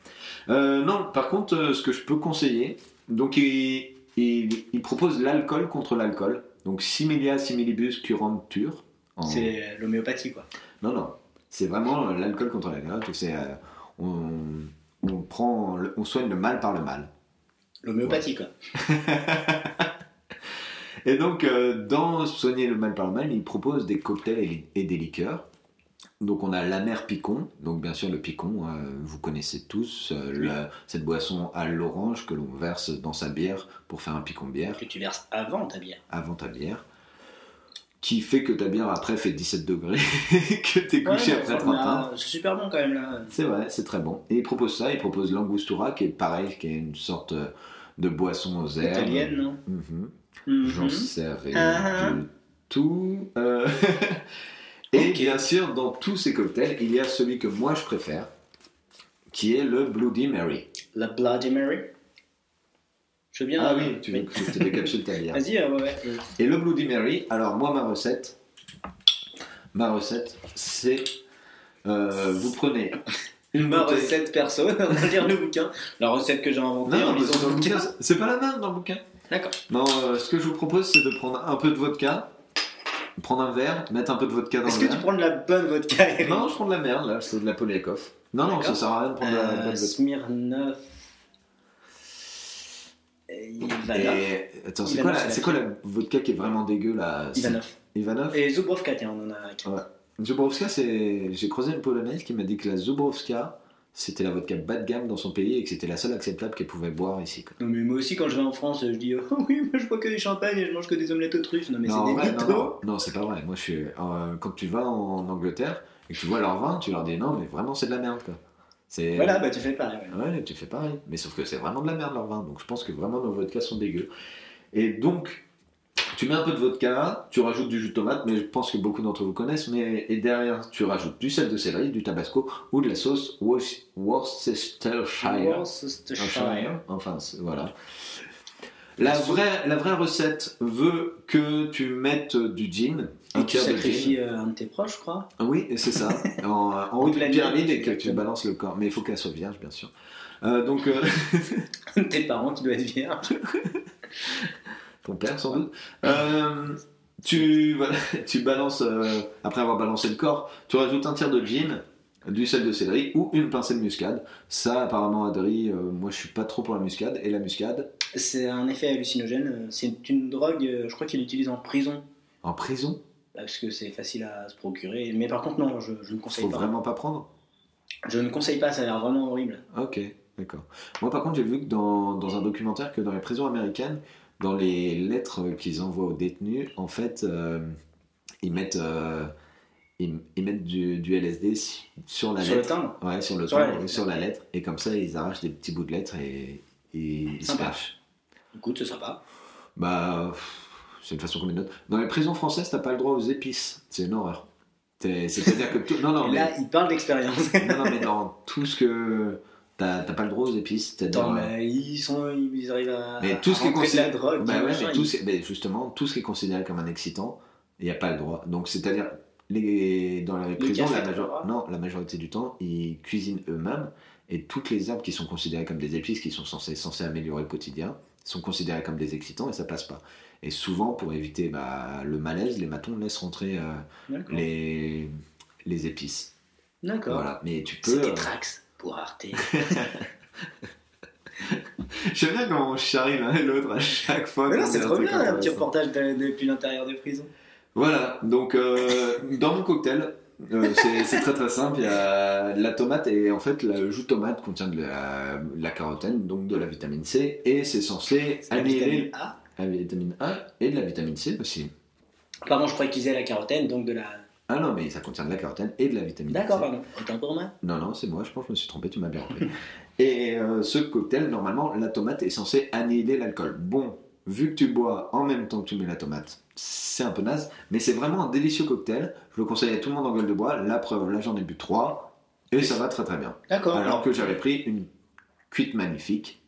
Speaker 2: Euh, non, par contre, euh, ce que je peux conseiller, donc il, il- il propose l'alcool contre l'alcool, donc similia similibus curantur. en-
Speaker 1: C'est l'homéopathie, quoi.
Speaker 2: Non, non, c'est vraiment euh, l'alcool contre l'alcool, donc c'est euh, on, on prend, le- on soigne le mal par le mal.
Speaker 1: L'homéopathie, quoi.
Speaker 2: Et donc, euh, dans soigner le mal par le mal, il propose des cocktails et, et des liqueurs. Donc on a la mer Picon, donc bien sûr le Picon, euh, vous connaissez tous euh, la- cette boisson à l'orange que l'on verse dans sa bière pour faire un Picon bière,
Speaker 1: que tu verses avant ta bière.
Speaker 2: avant ta bière, qui fait que ta bière après fait 17 degrés, que t'es couché
Speaker 1: Ouais,
Speaker 2: après
Speaker 1: mais euh,
Speaker 2: 30 ans.
Speaker 1: C'est super bon quand même là.
Speaker 2: C'est vrai, c'est très bon. Et il propose ça, il propose l'angostura qui est pareil, qui est une sorte euh, de boisson aux herbes.
Speaker 1: Italienne, non
Speaker 2: Mhm.
Speaker 1: Mhm.
Speaker 2: J'en sais rien
Speaker 1: Ah.
Speaker 2: du tout. Euh, Et
Speaker 1: Ok.
Speaker 2: bien sûr, dans tous ces cocktails, il y a celui que moi je préfère, qui est le Bloody Mary.
Speaker 1: La Bloody Mary. Je veux bien.
Speaker 2: Ah oui, tu veux
Speaker 1: Oui.
Speaker 2: que je te décapsule ta bière.
Speaker 1: Vas-y, euh, ouais, ouais. Euh,
Speaker 2: Et le Bloody Mary, alors moi, ma recette, ma recette, c'est euh, vous prenez une
Speaker 1: Ma
Speaker 2: bouteille-
Speaker 1: recette perso, on va dire le bouquin. La recette que j'ai inventée
Speaker 2: Non,
Speaker 1: en
Speaker 2: non, parce
Speaker 1: lisant
Speaker 2: que dans
Speaker 1: le
Speaker 2: le
Speaker 1: bouquin.
Speaker 2: bouquin, c'est pas la même dans le bouquin.
Speaker 1: D'accord.
Speaker 2: Non, euh, ce que je vous propose, c'est de prendre un peu de vodka, prendre un verre, mettre un peu de vodka dans
Speaker 1: Est-ce
Speaker 2: le
Speaker 1: que tu
Speaker 2: verre.
Speaker 1: prends de la bonne vodka Eric
Speaker 2: Non, je prends de la merde, là, c'est de la Polyakov. Non, non, ça
Speaker 1: D'accord.
Speaker 2: sert à rien de prendre de la de la
Speaker 1: euh,
Speaker 2: vodka.
Speaker 1: Smirnoff. Euh, Ivanov.
Speaker 2: Et...
Speaker 1: Ivanov,
Speaker 2: Attends, c'est quoi, la...
Speaker 1: c'est la
Speaker 2: c'est quoi la vodka qui est vraiment dégueu là c'est-
Speaker 1: Ivanov.
Speaker 2: Ivanov
Speaker 1: Et Zubrovka, tiens, on en a.
Speaker 2: Ouais. Zubrowska, c'est. J'ai creusé une polonaise qui m'a dit que la Zubrowska, c'était la vodka bas de gamme dans son pays et que c'était la seule acceptable qu'elle pouvait boire ici. quoi.
Speaker 1: Non, mais moi aussi, quand je vais en France, je dis Oh oui, moi je bois que du champagne et je mange que des omelettes aux truffes. Non, mais
Speaker 2: non, en
Speaker 1: c'est des
Speaker 2: vrai, non,
Speaker 1: mythos.
Speaker 2: non, non, c'est pas vrai. Moi, je suis. euh, quand tu vas en Angleterre et que tu vois leur vin, tu leur dis non, mais vraiment, c'est de la merde, quoi. C'est.
Speaker 1: Voilà, bah tu fais pareil. ouais.
Speaker 2: Ouais, tu fais pareil. Mais sauf que c'est vraiment de la merde leur vin. Donc je pense que vraiment nos vodkas sont dégueux. Et donc, tu mets un peu de vodka, tu rajoutes du jus de tomate, mais je pense que beaucoup d'entre vous connaissent. Mais, et derrière, tu rajoutes du sel de céleri, du tabasco ou de la sauce Wor- Worcestershire.
Speaker 1: Worcestershire.
Speaker 2: Enfin, c'est- voilà. La vraie, la vraie recette veut que tu mettes du gin, un
Speaker 1: Et tu
Speaker 2: tiers de gin.
Speaker 1: sacrifies euh, un de tes proches, je crois.
Speaker 2: Oui, et c'est ça. En, en haut de la
Speaker 1: pleine
Speaker 2: pyramide
Speaker 1: nuit,
Speaker 2: et que tu
Speaker 1: exactement.
Speaker 2: balances le corps. Mais il faut qu'elle soit vierge, bien sûr. Euh, donc, euh,
Speaker 1: tes parents qui doivent être vierges.
Speaker 2: ton père sans doute. Euh, tu, voilà, tu balances, euh, après avoir balancé le corps, tu rajoutes un tiers de gin, du sel de céleri ou une pincée de muscade. Ça, apparemment, Adri, euh, moi je suis pas trop pour la muscade. Et la muscade,
Speaker 1: C'est un effet hallucinogène. euh, C'est une drogue, euh, je crois qu'ils l'utilisent en prison.
Speaker 2: en prison,
Speaker 1: Parce que c'est facile à se procurer. Mais par contre, non, je, je ne conseille
Speaker 2: faut
Speaker 1: pas.
Speaker 2: vraiment pas prendre.
Speaker 1: Je ne conseille pas, ça a l'air vraiment horrible.
Speaker 2: Ok, d'accord. Moi, par contre, j'ai vu que dans, dans un documentaire que dans les prisons américaines, dans les lettres qu'ils envoient aux détenus, en fait, euh, ils mettent, euh, ils, ils mettent du, du LSD si- sur la
Speaker 1: Sur le
Speaker 2: lettre.
Speaker 1: timbre
Speaker 2: Ouais, sur le
Speaker 1: Sur la
Speaker 2: timbre,
Speaker 1: lettre.
Speaker 2: sur la lettre. Et comme ça, ils arrachent des petits bouts de lettres et, et ils se
Speaker 1: Sympa.
Speaker 2: cachent.
Speaker 1: Écoute, ce sera pas.
Speaker 2: Bah, pff, c'est une façon comme une autre. Dans les prisons françaises, t'as pas le droit aux épices. C'est une horreur. T'es- C'est-à-dire que tout... Non, non,
Speaker 1: Et
Speaker 2: mais...
Speaker 1: Là, il parle d'expérience.
Speaker 2: non, non, mais dans tout ce que... T'as t'as pas le droit aux épices. c'est-à-dire,
Speaker 1: Attends,
Speaker 2: euh,
Speaker 1: mais ils, sont, ils arrivent à.
Speaker 2: Mais tout ce qui
Speaker 1: à
Speaker 2: est
Speaker 1: rentrer de
Speaker 2: considéré,
Speaker 1: la drogue.
Speaker 2: Bah ouais,
Speaker 1: machin,
Speaker 2: mais tout ce- mais justement, tout ce qui est considéré comme un excitant, il n'y a pas le droit. Donc c'est-à-dire les dans les prisons,
Speaker 1: café,
Speaker 2: la,
Speaker 1: t'as
Speaker 2: major-
Speaker 1: le droit.
Speaker 2: non, la majorité du temps, ils cuisinent eux-mêmes et toutes les herbes qui sont considérées comme des épices, qui sont censées, censées améliorer le quotidien, sont considérées comme des excitants et ça passe pas. Et souvent, pour éviter bah, le malaise, les matons laissent rentrer euh,
Speaker 1: ils- D'accord.
Speaker 2: les les épices.
Speaker 1: D'accord.
Speaker 2: Voilà. Mais tu peux.
Speaker 1: C'était
Speaker 2: euh,
Speaker 1: Trax pour Arte.
Speaker 2: J'aime bien comment on charrie l'un et l'autre à chaque fois.
Speaker 1: Mais non,
Speaker 2: qu'on
Speaker 1: c'est
Speaker 2: dit un
Speaker 1: trop
Speaker 2: truc
Speaker 1: bien un petit
Speaker 2: intéressant.
Speaker 1: reportage de- depuis l'intérieur des prisons.
Speaker 2: Voilà, donc euh, dans mon cocktail, euh, c'est c'est très très simple, il y a de la tomate et en fait le jus de tomate contient de la, la carotène, donc de la vitamine C, et c'est censé
Speaker 1: C'est la
Speaker 2: annihiler
Speaker 1: vitamine A.
Speaker 2: la vitamine A et de la vitamine C aussi.
Speaker 1: Pardon, je croyais qu'ils disaient la carotène, donc de la.
Speaker 2: Ah non, mais ça contient de la carotène et de la vitamine
Speaker 1: D'accord,
Speaker 2: C.
Speaker 1: pardon. Autant pour moi.
Speaker 2: Non, non, c'est moi, je pense que je me suis trompé, tu m'as bien repris. Et euh, ce cocktail, normalement, la tomate est censée annihiler l'alcool. Bon, vu que tu bois en même temps que tu mets la tomate, c'est un peu naze, mais c'est vraiment un délicieux cocktail. Je le conseille à tout le monde en gueule de bois. La preuve, là j'en ai bu trois, et ça va très très bien.
Speaker 1: D'accord.
Speaker 2: Alors que j'avais pris une cuite magnifique,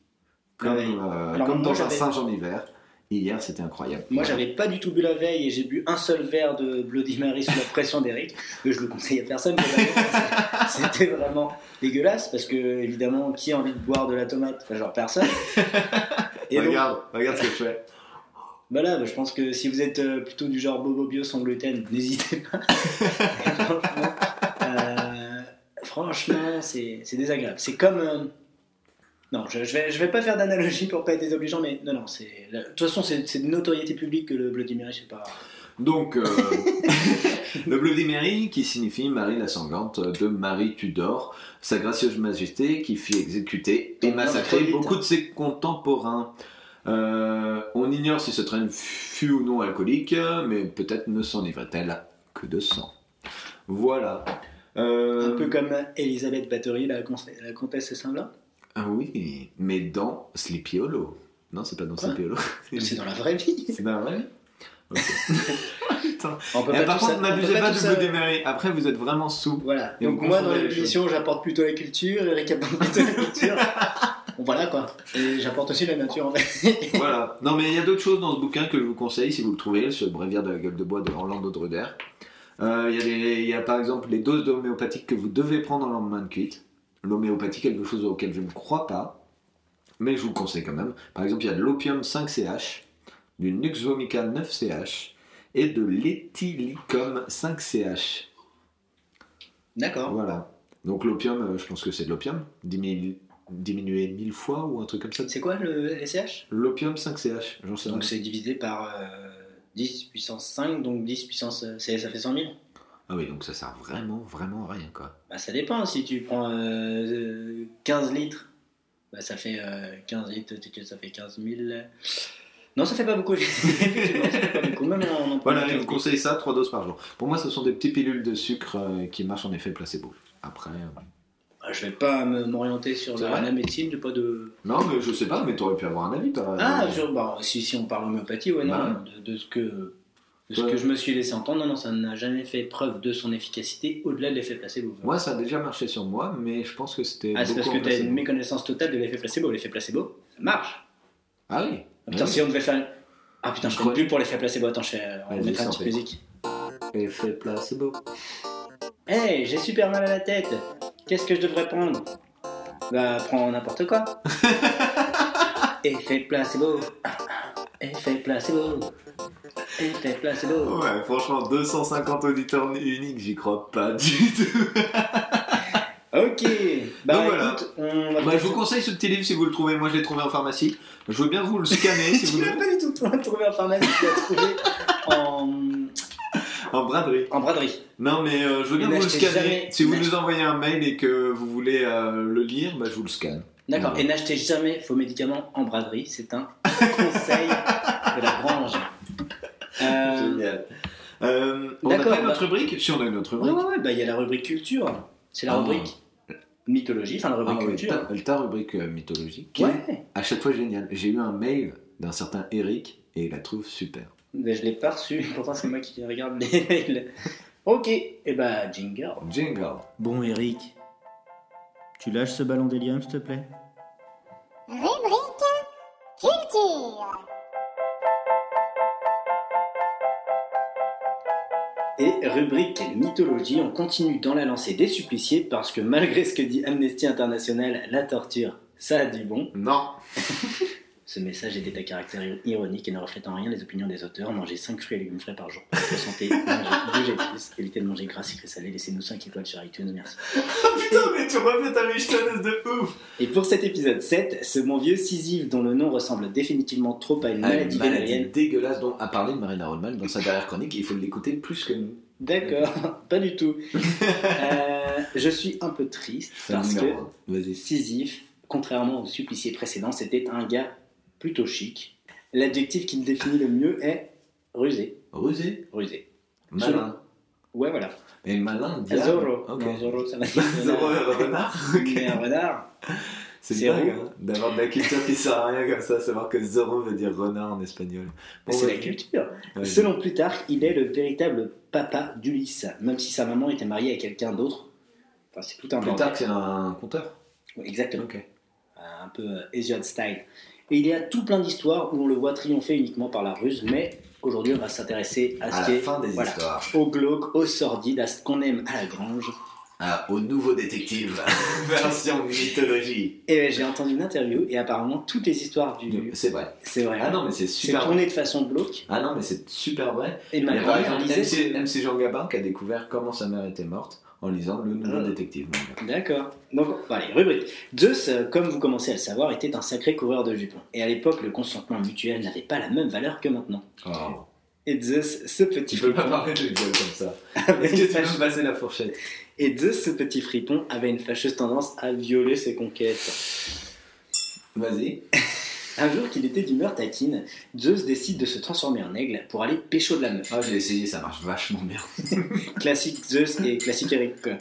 Speaker 2: comme,
Speaker 1: Ah oui.
Speaker 2: euh,
Speaker 1: Alors,
Speaker 2: comme
Speaker 1: moi,
Speaker 2: dans un
Speaker 1: j'avais-
Speaker 2: singe en hiver. Hier, c'était incroyable.
Speaker 1: Moi,
Speaker 2: Voilà.
Speaker 1: j'avais pas du tout bu la veille et j'ai bu un seul verre de Bloody Mary sous la pression d'Eric. Mais Je le conseille à personne. mais vraiment, C'était vraiment dégueulasse parce que, évidemment, qui a envie de boire de la tomate Enfin, genre personne. Et donc,
Speaker 2: Regarde, regarde ce que je fais.
Speaker 1: Voilà, bah, je pense que si vous êtes euh, plutôt du genre bobo bio sans gluten, n'hésitez pas. franchement, euh, franchement, c'est c'est désagréable. C'est comme. euh, Non, je, je vais, je vais pas faire d'analogie pour pas être désobligeant, mais non, non, c'est. De toute façon, c'est c'est de notoriété publique que le Bloody Mary, c'est pas.
Speaker 2: Donc, euh, le Bloody Mary, qui signifie Marie la sanglante, de Marie Tudor, sa gracieuse majesté qui fit exécuter et
Speaker 1: Ton
Speaker 2: massacrer
Speaker 1: introïde.
Speaker 2: beaucoup de ses contemporains. Euh, on ignore si ce train fut ou non alcoolique, mais peut-être ne s'enivrait-elle que de sang. Voilà. Euh,
Speaker 1: Un peu comme Elisabeth Bathory, la, con- la comtesse de Saint-Blanc.
Speaker 2: Ah oui, mais dans Sleepy Hollow. Non, c'est pas dans
Speaker 1: Quoi
Speaker 2: Sleepy Hollow.
Speaker 1: C'est dans la vraie vie.
Speaker 2: C'est pas vrai
Speaker 1: On peut
Speaker 2: Eh,
Speaker 1: pas
Speaker 2: Par
Speaker 1: tout
Speaker 2: contre,
Speaker 1: ça- on
Speaker 2: n'abusez
Speaker 1: peut
Speaker 2: pas,
Speaker 1: tout
Speaker 2: de
Speaker 1: ça-
Speaker 2: Bloody Mary. Après, vous êtes vraiment sous.
Speaker 1: Voilà.
Speaker 2: Et
Speaker 1: Donc
Speaker 2: on
Speaker 1: moi,
Speaker 2: confond
Speaker 1: dans
Speaker 2: les
Speaker 1: l'émission, j'apporte plutôt la culture, Eric apporte plutôt la culture. Bon, voilà quoi. Et j'apporte aussi la nature en fait.
Speaker 2: voilà. Non, mais il y a d'autres choses dans ce bouquin que je vous conseille si vous le trouvez, ce bréviaire de la gueule de bois de Orlando Druder. Euh, Il y, a des- il y a par exemple les doses d'homéopathique que vous devez prendre en lendemain de cuite. L'homéopathie, quelque chose auquel je ne crois pas, mais je vous le conseille quand même. Par exemple, il y a de l'opium 5CH, du nuxvomica 9CH et de l'éthylicum 5CH.
Speaker 1: D'accord.
Speaker 2: Voilà. Donc l'opium, euh, je pense que c'est de l'opium, diminu- diminué mille fois ou un truc comme ça.
Speaker 1: C'est quoi le LCH
Speaker 2: L'opium 5CH, j'en sais rien.
Speaker 1: Donc c'est divisé par euh, 10 puissance 5, donc 10 puissance. euh, c'est- Ça fait 100 000
Speaker 2: Ah oui, donc ça sert vraiment, vraiment à rien, quoi.
Speaker 1: Bah ça dépend. Si tu prends euh, euh, 15 litres, bah ça fait euh, 15 litres, tu- tu- ça fait 15 000. Non, ça fait pas beaucoup. Effectivement, ça fait pas beaucoup. Même en- en
Speaker 2: Voilà,
Speaker 1: prenant
Speaker 2: je
Speaker 1: 15
Speaker 2: vous conseille ça, 3 doses par jour. Pour moi, ce sont des petites pilules de sucre euh, qui marchent en effet placebo. Après... euh,
Speaker 1: Bah, Je vais pas me- m'orienter sur
Speaker 2: C'est
Speaker 1: la,
Speaker 2: vrai
Speaker 1: la médecine, j'ai pas de.
Speaker 2: Non, mais je sais pas, mais t'aurais pu avoir un avis, par...
Speaker 1: Ah,
Speaker 2: euh,
Speaker 1: sur, bah, si, si on parle homéopathie, ouais, non,
Speaker 2: Bah
Speaker 1: de, de ce que. de ce
Speaker 2: Ouais.
Speaker 1: que je me suis laissé entendre, non, non, ça n'a jamais fait preuve de son efficacité au-delà de l'effet placebo.
Speaker 2: Moi, ça a déjà marché sur moi, mais je pense que c'était
Speaker 1: ah, c'est parce
Speaker 2: beaucoup
Speaker 1: que
Speaker 2: en
Speaker 1: tu as
Speaker 2: placebo.
Speaker 1: une méconnaissance totale de l'effet placebo. L'effet placebo, ça marche.
Speaker 2: Ah oui
Speaker 1: Ah, putain,
Speaker 2: oui.
Speaker 1: si on devait faire. Ah putain, je
Speaker 2: Je
Speaker 1: compte
Speaker 2: crois-
Speaker 1: plus pour l'effet placebo. Attends, je fais. euh, On
Speaker 2: Vas-y,
Speaker 1: mettra une
Speaker 2: ça
Speaker 1: petite
Speaker 2: fait.
Speaker 1: musique.
Speaker 2: Effet placebo.
Speaker 1: Hey, Eh, j'ai super mal à la tête. Qu'est-ce que je devrais prendre Bah, prends n'importe quoi. Effet placebo. Effet placebo. Effet placebo.
Speaker 2: Ouais, franchement, 250 auditeurs uniques, j'y crois pas du tout.
Speaker 1: Ok. Bah,
Speaker 2: Donc voilà.
Speaker 1: écoute, on va.
Speaker 2: Bah, je vous conseille ce petit livre si vous le trouvez. Moi, je l'ai trouvé en pharmacie. Je veux bien vous le scanner si vous
Speaker 1: Tu l'as
Speaker 2: le
Speaker 1: pas du tout trouvé en pharmacie, tu l'as trouvé en,
Speaker 2: en braderie.
Speaker 1: en braderie.
Speaker 2: Non, mais euh, je veux bien
Speaker 1: Mais
Speaker 2: vous le
Speaker 1: n'achetez
Speaker 2: scanner.
Speaker 1: jamais-
Speaker 2: Si vous
Speaker 1: n'achetez-
Speaker 2: nous envoyez un mail et que vous voulez euh, le lire, bah, je vous le scanne.
Speaker 1: D'accord.
Speaker 2: Ouais.
Speaker 1: Et n'achetez jamais vos médicaments en braderie. C'est un conseil de la branche. Euh,
Speaker 2: Génial. Euh, on a
Speaker 1: D'accord,
Speaker 2: pas notre
Speaker 1: bah-
Speaker 2: rubrique Si on a notre
Speaker 1: Ouais,
Speaker 2: rubrique.
Speaker 1: ouais, ouais, bah il y a la rubrique culture. C'est la
Speaker 2: Ah.
Speaker 1: rubrique mythologie, enfin la
Speaker 2: Ah
Speaker 1: rubrique
Speaker 2: ouais,
Speaker 1: culture.
Speaker 2: ta, ta rubrique euh, mythologique. qui est
Speaker 1: ouais.
Speaker 2: À chaque fois, génial. J'ai eu un mail d'un certain Eric et il la trouve super.
Speaker 1: Mais je l'ai pas reçu. Pourtant, c'est moi qui regarde les mails. Ok. Et bah, jingle.
Speaker 2: Jingle.
Speaker 3: Bon, Eric, tu lâches ce ballon d'hélium, s'il te plaît
Speaker 5: Rubrique culture.
Speaker 1: Et rubrique mythologie, on continue dans la lancée des suppliciés parce que malgré ce que dit Amnesty International, la torture, ça a du bon.
Speaker 2: Non.
Speaker 1: Ce message était à caractère ironique et ne reflète en rien les opinions des auteurs. Mangez 5 fruits et légumes frais par jour. Pour votre santé, mangez, bougez plus, évitez de manger gras, sucré, salé, laissez-nous 5 étoiles sur iTunes, merci.
Speaker 2: Oh, Putain, mais tu refais ta michetonneuse de ouf.
Speaker 1: Et pour cet épisode 7, ce bon vieux Sisyphe dont le nom ressemble définitivement trop à une maladie vénérienne.
Speaker 2: dégueulasse dont a parlé Marina Rollman dans sa dernière chronique. Il faut l'écouter plus que nous.
Speaker 1: D'accord, pas du tout. Euh, je suis un peu triste parce que
Speaker 2: Vas-y.
Speaker 1: Sisyphe, contrairement au supplicié précédent, c'était un gars plutôt chic. L'adjectif qui le définit le mieux est rusé.
Speaker 2: Rusé,
Speaker 1: Rusé.
Speaker 2: malin.
Speaker 1: Ouais, voilà.
Speaker 2: Et malin, diable.
Speaker 1: Zorro.
Speaker 2: Ok.
Speaker 1: Non, Zorro, ça m'a dit.
Speaker 2: Zorro et renard. euh,
Speaker 1: Il est euh, un renard.
Speaker 2: C'est
Speaker 1: C'est
Speaker 2: dingue
Speaker 1: roux.
Speaker 2: hein, d'avoir de la culture qui sert à rien comme ça, savoir que Zorro veut dire renard en espagnol.
Speaker 1: Mais
Speaker 2: Bon,
Speaker 1: c'est la
Speaker 2: ouais.
Speaker 1: culture.
Speaker 2: Ouais.
Speaker 1: Selon Plutarque, il est le véritable papa d'Ulysse, même si sa maman était mariée à quelqu'un d'autre. Enfin, c'est tout un
Speaker 2: Plus
Speaker 1: bordel.
Speaker 2: tard, c'est un conteur.
Speaker 1: Ouais, Exactement.
Speaker 2: Ok.
Speaker 1: Euh, un peu euh, Hésiode style. Et il y a tout plein d'histoires où on le voit triompher uniquement par la ruse, mais aujourd'hui on va s'intéresser à ce
Speaker 2: À
Speaker 1: qui
Speaker 2: la
Speaker 1: est
Speaker 2: fin des
Speaker 1: voilà,
Speaker 2: histoires,
Speaker 1: au glauque, au sordide, à ce qu'on aime à la grange.
Speaker 2: à- Ah, au nouveau détective, version mythologie.
Speaker 1: Et j'ai entendu une interview et apparemment toutes les histoires du.
Speaker 2: C'est vrai.
Speaker 1: C'est vrai.
Speaker 2: Ah non, mais c'est
Speaker 1: c'est
Speaker 2: super vrai.
Speaker 1: tourné de façon glauque.
Speaker 2: Ah non, mais c'est super vrai.
Speaker 1: Et
Speaker 2: Il
Speaker 1: ma
Speaker 2: y a par
Speaker 1: grand-mère
Speaker 2: exemple MC,
Speaker 1: disait.
Speaker 2: MC Jean Gabin qui a découvert comment sa mère était morte en lisant Le Nouveau
Speaker 1: Ah.
Speaker 2: Détective. mon gars.
Speaker 1: D'accord. Donc, bon, allez, rubrique. Zeus, euh, comme vous commencez à le savoir, était un sacré coureur de jupons. Et à l'époque, le consentement mutuel n'avait pas la même valeur que maintenant.
Speaker 2: Oh.
Speaker 1: Et Zeus, ce petit
Speaker 2: Tu peux pas
Speaker 1: fripon,
Speaker 2: parler de gueule comme ça.
Speaker 1: avait
Speaker 2: Est-ce
Speaker 1: une
Speaker 2: que tu veux
Speaker 1: fâche-
Speaker 2: me passer la fourchette
Speaker 1: et Zeus, ce petit fripon, avait une fâcheuse tendance à violer ses conquêtes.
Speaker 2: Vas-y.
Speaker 1: Un jour qu'il était d'humeur taquine, Zeus décide de se transformer en aigle pour aller pécho de la meuf.
Speaker 2: Ah, j'ai essayé, ça marche vachement bien.
Speaker 1: Classique Zeus et classique Eric. quoi.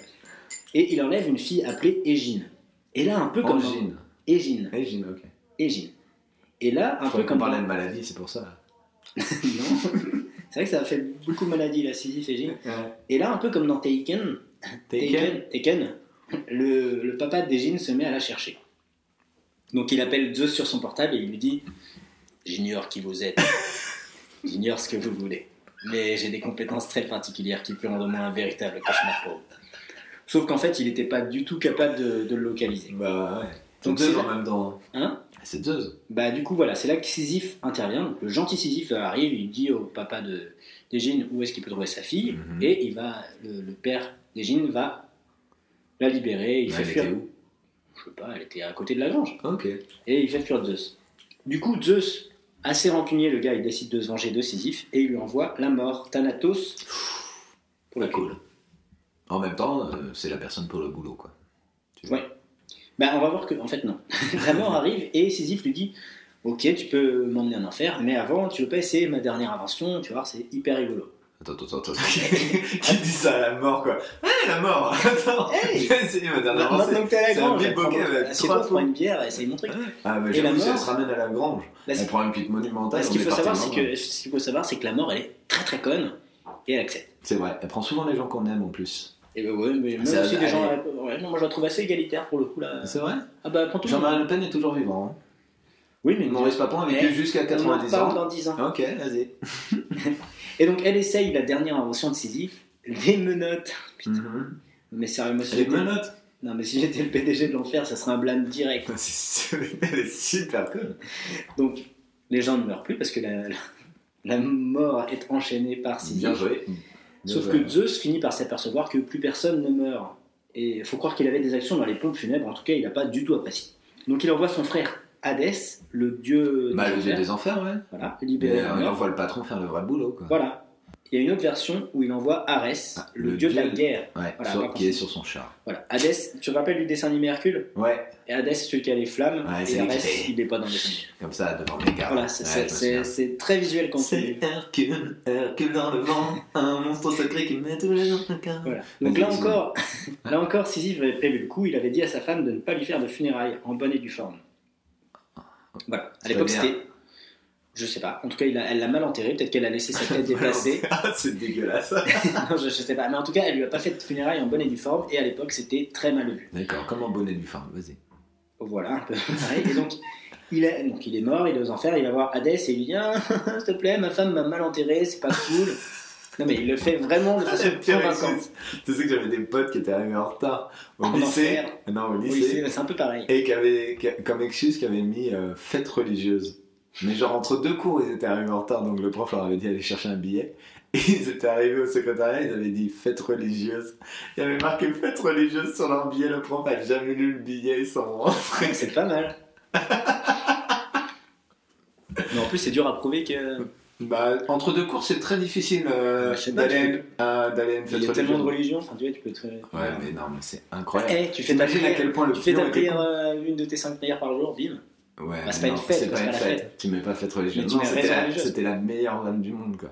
Speaker 1: Et il enlève une fille appelée Égine. Et là, un peu
Speaker 2: Oh
Speaker 1: comme dans-
Speaker 2: Angine.
Speaker 1: Égine.
Speaker 2: Angine, ok.
Speaker 1: Égine. Et là, un
Speaker 2: Je
Speaker 1: peu
Speaker 2: croyais
Speaker 1: comme
Speaker 2: qu'on parlait
Speaker 1: dans-
Speaker 2: de maladie, c'est pour ça.
Speaker 1: Non. C'est vrai que ça a fait beaucoup maladie la Sisyphe Égine. Et là, un peu comme dans Taken,
Speaker 2: Taken
Speaker 1: Taken, le, le papa d'Egine se met à la chercher. Donc il appelle Zeus sur son portable et il lui dit J'ignore qui vous êtes, j'ignore ce que vous voulez, mais j'ai des compétences très particulières qui peuvent rendre moi un véritable cauchemar pour vous. Sauf qu'en fait, il n'était pas du tout capable de, de le localiser.
Speaker 2: Bah ouais.
Speaker 1: Donc,
Speaker 2: Donc
Speaker 1: c'est-
Speaker 2: deux en même temps.
Speaker 1: Hein
Speaker 2: C'est deux.
Speaker 1: bah, du coup, voilà, c'est là que Sisyphe intervient. Donc, le gentil Sisyphe arrive, il dit au papa de- d'Égine où est-ce qu'il peut trouver sa fille,
Speaker 2: Mhm.
Speaker 1: et il va, le, le père d'Égine va la libérer. Il
Speaker 2: Ouais,
Speaker 1: fait
Speaker 2: elle
Speaker 1: fuir.
Speaker 2: était où
Speaker 1: Je sais pas, elle était à côté de la grange.
Speaker 2: Ok.
Speaker 1: Et il fait fuir Zeus. Du coup, Zeus, assez rancunier, le gars, il décide de se venger de Sisyphe et il lui envoie la mort, Thanatos, pour la cool.
Speaker 2: Cool. En même temps, euh, c'est la personne pour le boulot, quoi.
Speaker 1: Bah, on va voir que, en fait, non. la mort arrive et Sisyphe lui dit Ok, tu peux m'emmener en enfer, mais avant, tu veux pas essayer ma dernière invention Tu vois, c'est hyper rigolo.
Speaker 2: Attends, attends, attends. attends. Qui dit ça à la mort, quoi Ah, la mort Attends
Speaker 1: Hey
Speaker 2: J'ai essayé ma dernière
Speaker 1: Maintenant
Speaker 2: lancée.
Speaker 1: que t'es à la
Speaker 2: c'est un
Speaker 1: grange,
Speaker 2: big
Speaker 1: prends-
Speaker 2: bokeh avec
Speaker 1: assieds-toi,
Speaker 2: trois
Speaker 1: prends une bière, essaye mon truc.
Speaker 2: Ah, mais
Speaker 1: Et la
Speaker 2: j'avoue, si
Speaker 1: mort
Speaker 2: elle se ramène à la grange,
Speaker 1: Là,
Speaker 2: on
Speaker 1: c'est-
Speaker 2: prend une petite monumentale.
Speaker 1: ce
Speaker 2: on
Speaker 1: qu'il
Speaker 2: est
Speaker 1: faut
Speaker 2: parti
Speaker 1: savoir, c'est
Speaker 2: loin.
Speaker 1: que ce qu'il faut savoir, c'est que la mort, elle est très très conne et elle accepte.
Speaker 2: C'est vrai, elle prend souvent les gens qu'on aime en plus.
Speaker 1: Et ben ouais, mais même
Speaker 2: Ça-
Speaker 1: aussi des
Speaker 2: allez.
Speaker 1: gens. ouais, non, moi, je la trouve assez égalitaire pour le coup là.
Speaker 2: C'est vrai
Speaker 1: Ah bah prends tout. le monde.
Speaker 2: Jean-Marie Le Pen est toujours vivant.
Speaker 1: Oui, mais
Speaker 2: hein. Maurice Papon a
Speaker 1: Mais-
Speaker 2: vécu jusqu'à
Speaker 1: on en
Speaker 2: 90
Speaker 1: parle
Speaker 2: ans.
Speaker 1: dans 10 ans.
Speaker 2: Ok, vas-y.
Speaker 1: Et donc, elle essaye la dernière invention de Sisyphe, les menottes. Putain.
Speaker 2: Mhm.
Speaker 1: Mais sérieux, moi, si
Speaker 2: Les
Speaker 1: j'étais-
Speaker 2: menottes
Speaker 1: non, mais si j'étais le PDG de l'enfer, ça serait un blâme direct.
Speaker 2: C'est- Elle est super cool.
Speaker 1: Donc, les gens ne meurent plus parce que la, la- la mort est enchaînée par Sisyphe.
Speaker 2: Bien joué.
Speaker 1: Sauf que Zeus finit par s'apercevoir que plus personne ne meurt. Et il faut croire qu'il avait des actions dans les pompes funèbres, en tout cas il n'a pas du tout apprécié. Donc il envoie son frère Hadès, le dieu
Speaker 2: Bah,
Speaker 1: des
Speaker 2: le dieu
Speaker 1: enfers,
Speaker 2: des enfers, ouais.
Speaker 1: voilà,
Speaker 2: Mais
Speaker 1: libérer la
Speaker 2: euh, il
Speaker 1: mort.
Speaker 2: envoie le patron faire le vrai boulot, quoi.
Speaker 1: Voilà. Il y a une autre version où il envoie Arès,
Speaker 2: Ah,
Speaker 1: le,
Speaker 2: le
Speaker 1: dieu de la
Speaker 2: dieu-
Speaker 1: guerre.
Speaker 2: Ouais,
Speaker 1: Voilà,
Speaker 2: sur-
Speaker 1: pas
Speaker 2: qui est
Speaker 1: possible.
Speaker 2: sur son char.
Speaker 1: Voilà. Hadès, tu te rappelles du dessin animé Hercule
Speaker 2: Ouais,
Speaker 1: Et Hadès, c'est celui qui a les flammes,
Speaker 2: Ouais,
Speaker 1: et
Speaker 2: c'est lui qui
Speaker 1: Arès,
Speaker 2: fait-
Speaker 1: il n'est pas dans le dessin animé.
Speaker 2: comme ça, devant les gars.
Speaker 1: Voilà, c'est-
Speaker 2: Ouais,
Speaker 1: c'est-
Speaker 2: je me
Speaker 1: c'est
Speaker 2: souviens.
Speaker 1: c'est très visuel quand on
Speaker 4: C'est Hercule, Hercule dans le vent, un monstre sacré qui met tous les gens dans le cœur.
Speaker 1: Voilà. Donc là
Speaker 2: Vas-y,
Speaker 1: encore, là encore, Sisyphe avait prévu le coup. Il avait dit à sa femme de ne pas lui faire de funérailles en bonne et due forme. Voilà. À
Speaker 2: C'est
Speaker 1: l'époque,
Speaker 2: bien.
Speaker 1: c'était. Je sais pas. En tout cas, il a- elle l'a mal enterré. Peut-être qu'elle a laissé sa tête déplacée.
Speaker 2: Ah, c'est dégueulasse.
Speaker 1: Non, je, je sais pas. Mais en tout cas, elle lui a pas fait de funérailles en bonne et due forme. Et à l'époque, c'était très mal vu.
Speaker 2: D'accord, comme un bonnet du phare, vas-y.
Speaker 1: Voilà, un peu pareil. Et donc, il est, donc, il est mort, il est aux enfers, il va voir Hadès et il lui dit Ah, S'il te plaît, ma femme m'a mal enterré, c'est pas cool. Non, mais il le fait vraiment de façon
Speaker 2: Ah, C'est pire
Speaker 1: convaincante.
Speaker 2: Tu sais que j'avais des potes qui étaient arrivés en retard au
Speaker 1: En
Speaker 2: lycée.
Speaker 1: enfer.
Speaker 2: Non, au
Speaker 1: Oui,
Speaker 2: lycée.
Speaker 1: c'est c'est un peu pareil.
Speaker 2: et qui avaient, qui- comme excuse, qui avaient mis euh, fête religieuse. Mais genre entre deux cours, ils étaient arrivés en retard, donc le prof leur avait dit aller chercher un billet. Et ils étaient arrivés au secrétariat, ils avaient dit fête religieuse. Il y avait marqué fête religieuse sur leur billet, le prof a jamais lu le billet, ils sont rentrés.
Speaker 1: C'est pas mal. Mais en plus, c'est dur à prouver que.
Speaker 2: Bah, entre deux cours, c'est très difficile euh,
Speaker 1: Bah, je sais pas,
Speaker 2: d'aller à d'aller à une
Speaker 1: Il
Speaker 2: fête
Speaker 1: y a tellement de
Speaker 2: religieuse.
Speaker 1: religions, enfin, tu vois, tu peux te.
Speaker 2: Ouais, mais non, mais c'est incroyable.
Speaker 1: Eh, tu fais ta
Speaker 2: T'imagines à
Speaker 1: prière,
Speaker 2: quel point le
Speaker 1: tu fais ta
Speaker 2: pion était
Speaker 1: prière euh, une de tes cinq prières par jour, bim.
Speaker 2: con. Ouais,
Speaker 1: Bah, c'est pas
Speaker 2: mais
Speaker 1: une
Speaker 2: non,
Speaker 1: fête,
Speaker 2: c'est
Speaker 1: quoi,
Speaker 2: pas
Speaker 1: c'est pas
Speaker 2: une
Speaker 1: la
Speaker 2: fête. Tu mets pas fête religieuse.
Speaker 1: Mais tu
Speaker 2: Non,
Speaker 1: mets
Speaker 2: c'était
Speaker 1: raison
Speaker 2: la-
Speaker 1: religieuse.
Speaker 2: c'était la, meilleure vanne du monde, quoi.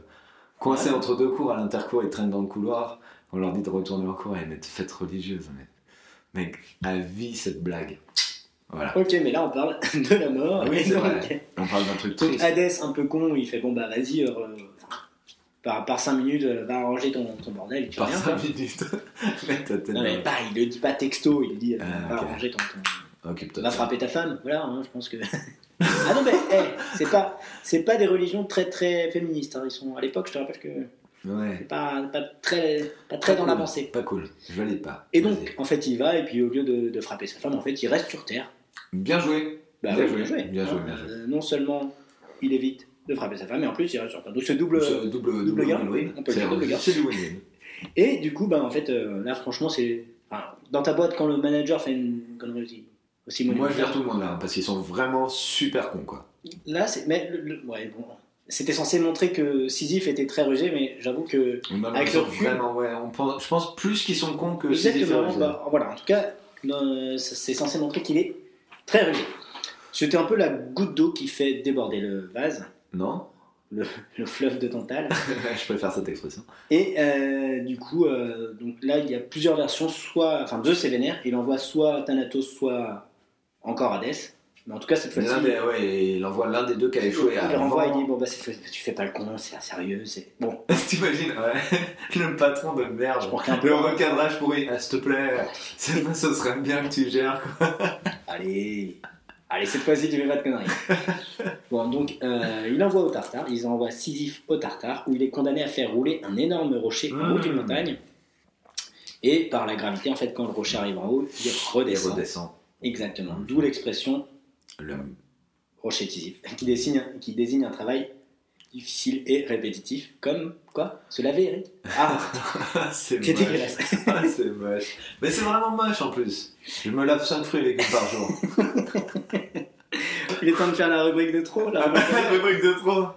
Speaker 2: Coincé
Speaker 1: Ouais.
Speaker 2: entre deux cours à l'intercours, ils traînent dans le couloir. On leur dit de retourner en cours et mettre fête religieuse. Mais... Mec, à vie cette blague. Voilà.
Speaker 1: Ok, mais là, on parle de la mort.
Speaker 2: Ah. Oui,
Speaker 1: Et
Speaker 2: c'est
Speaker 1: donc,
Speaker 2: vrai. On parle d'un truc
Speaker 1: Donc
Speaker 2: triste.
Speaker 1: Hadès, un peu con, il fait bon bah vas-y, euh, par, par 5 minutes, euh, va arranger ton, ton bordel et tu
Speaker 2: Par
Speaker 1: reviens.
Speaker 2: 5
Speaker 1: quoi.
Speaker 2: minutes. Mets ta tête
Speaker 1: Non mais
Speaker 2: dans-
Speaker 1: pas, il le dit pas texto, il dit euh,
Speaker 2: Ah,
Speaker 1: va
Speaker 2: ok.
Speaker 1: arranger ton, ton-
Speaker 2: Occupe-toi.
Speaker 1: va frapper ta femme, voilà, hein, je pense que. ah non mais eh, c'est pas c'est pas des religions très très féministes, hein. ils sont à l'époque, je te rappelle que
Speaker 2: Ouais.
Speaker 1: c'est pas, pas très pas très
Speaker 2: Pas
Speaker 1: dans
Speaker 2: cool.
Speaker 1: la pensée.
Speaker 2: Pas cool. Je valide pas.
Speaker 1: Et
Speaker 2: Vas-y.
Speaker 1: donc en fait il va et puis au lieu de, de frapper sa femme, en fait il reste sur terre.
Speaker 2: Bien joué.
Speaker 1: Bah
Speaker 2: Bien
Speaker 1: oui,
Speaker 2: joué, bien
Speaker 1: hein.
Speaker 2: joué, bien joué.
Speaker 1: Euh, non seulement il évite de frapper sa femme, mais en plus il reste sur terre. Donc ce double
Speaker 2: Ce double,
Speaker 1: double
Speaker 2: double
Speaker 1: gain.
Speaker 2: win-win.
Speaker 1: On peut le
Speaker 2: C'est
Speaker 1: dire, double gain.
Speaker 2: c'est du win-win.
Speaker 1: Et du coup, bah, en fait, euh, là, franchement, c'est. enfin, dans ta boîte, quand le manager fait une connerie aussi, aussi
Speaker 2: Moi, je
Speaker 1: monumentale,
Speaker 2: vire tout le monde là, hein, parce qu'ils sont vraiment super cons, quoi.
Speaker 1: Là, c'est. Mais. le- le- Ouais, bon. C'était censé montrer que Sisyphe était très rejeté, mais j'avoue que.
Speaker 2: On a
Speaker 1: Avec
Speaker 2: l'impression
Speaker 1: le recul.
Speaker 2: vraiment, ouais, on pense- je pense plus qu'ils sont cons que Sisyphe et
Speaker 1: Exactement.
Speaker 2: Orgone.
Speaker 1: bah, voilà, en tout cas, euh, ça- c'est censé montrer qu'il est très rusé. C'était un peu la goutte d'eau qui fait déborder le vase,
Speaker 2: Non
Speaker 1: le fleuve de Tantale.
Speaker 2: Je préfère cette expression.
Speaker 1: Et euh, du coup, euh, donc là, il y a plusieurs versions. Soit, enfin, Zeus est vénère, il envoie soit Thanatos, soit encore Hadès. Mais en tout cas, cette fois-ci,
Speaker 2: L'un des- ouais, il envoie l'un des deux qui a
Speaker 1: il
Speaker 2: échoué
Speaker 1: le
Speaker 2: avant.
Speaker 1: renvoie. Il dit bon bah cette fois, tu fais pas le con, c'est sérieux, c'est bon.
Speaker 2: T'imagines ouais. Le patron de
Speaker 1: Je
Speaker 2: merde.
Speaker 1: porte un peu.
Speaker 2: Le recadrage pourri. Ah, s'il te plaît, ça, ça serait bien que tu gères. quoi.
Speaker 1: Allez, allez, cette fois-ci, tu fais pas de conneries. bon, donc, euh, il envoie au Tartare, ils envoient Sisyphe au Tartare, où il est condamné à faire rouler un énorme rocher en haut d'une
Speaker 2: Mmh.
Speaker 1: montagne. Et par la gravité, en fait, quand le rocher arrive en haut, il
Speaker 2: Il
Speaker 1: redescend.
Speaker 2: redescend.
Speaker 1: Exactement. D'où l'expression
Speaker 2: Le...
Speaker 1: rocher Sisyphe, qui désigne, qui désigne un travail difficile et répétitif, comme quoi Se laver, Eric Ah,
Speaker 2: c'est
Speaker 1: c'est
Speaker 2: moche.
Speaker 1: dégueulasse.
Speaker 2: Ah, c'est moche. Mais c'est vraiment moche en plus. Je me lave 5 fruits et légumes par jour.
Speaker 1: Il est temps de faire la rubrique de trop,
Speaker 2: Ah,
Speaker 1: là.
Speaker 2: la rubrique de trop.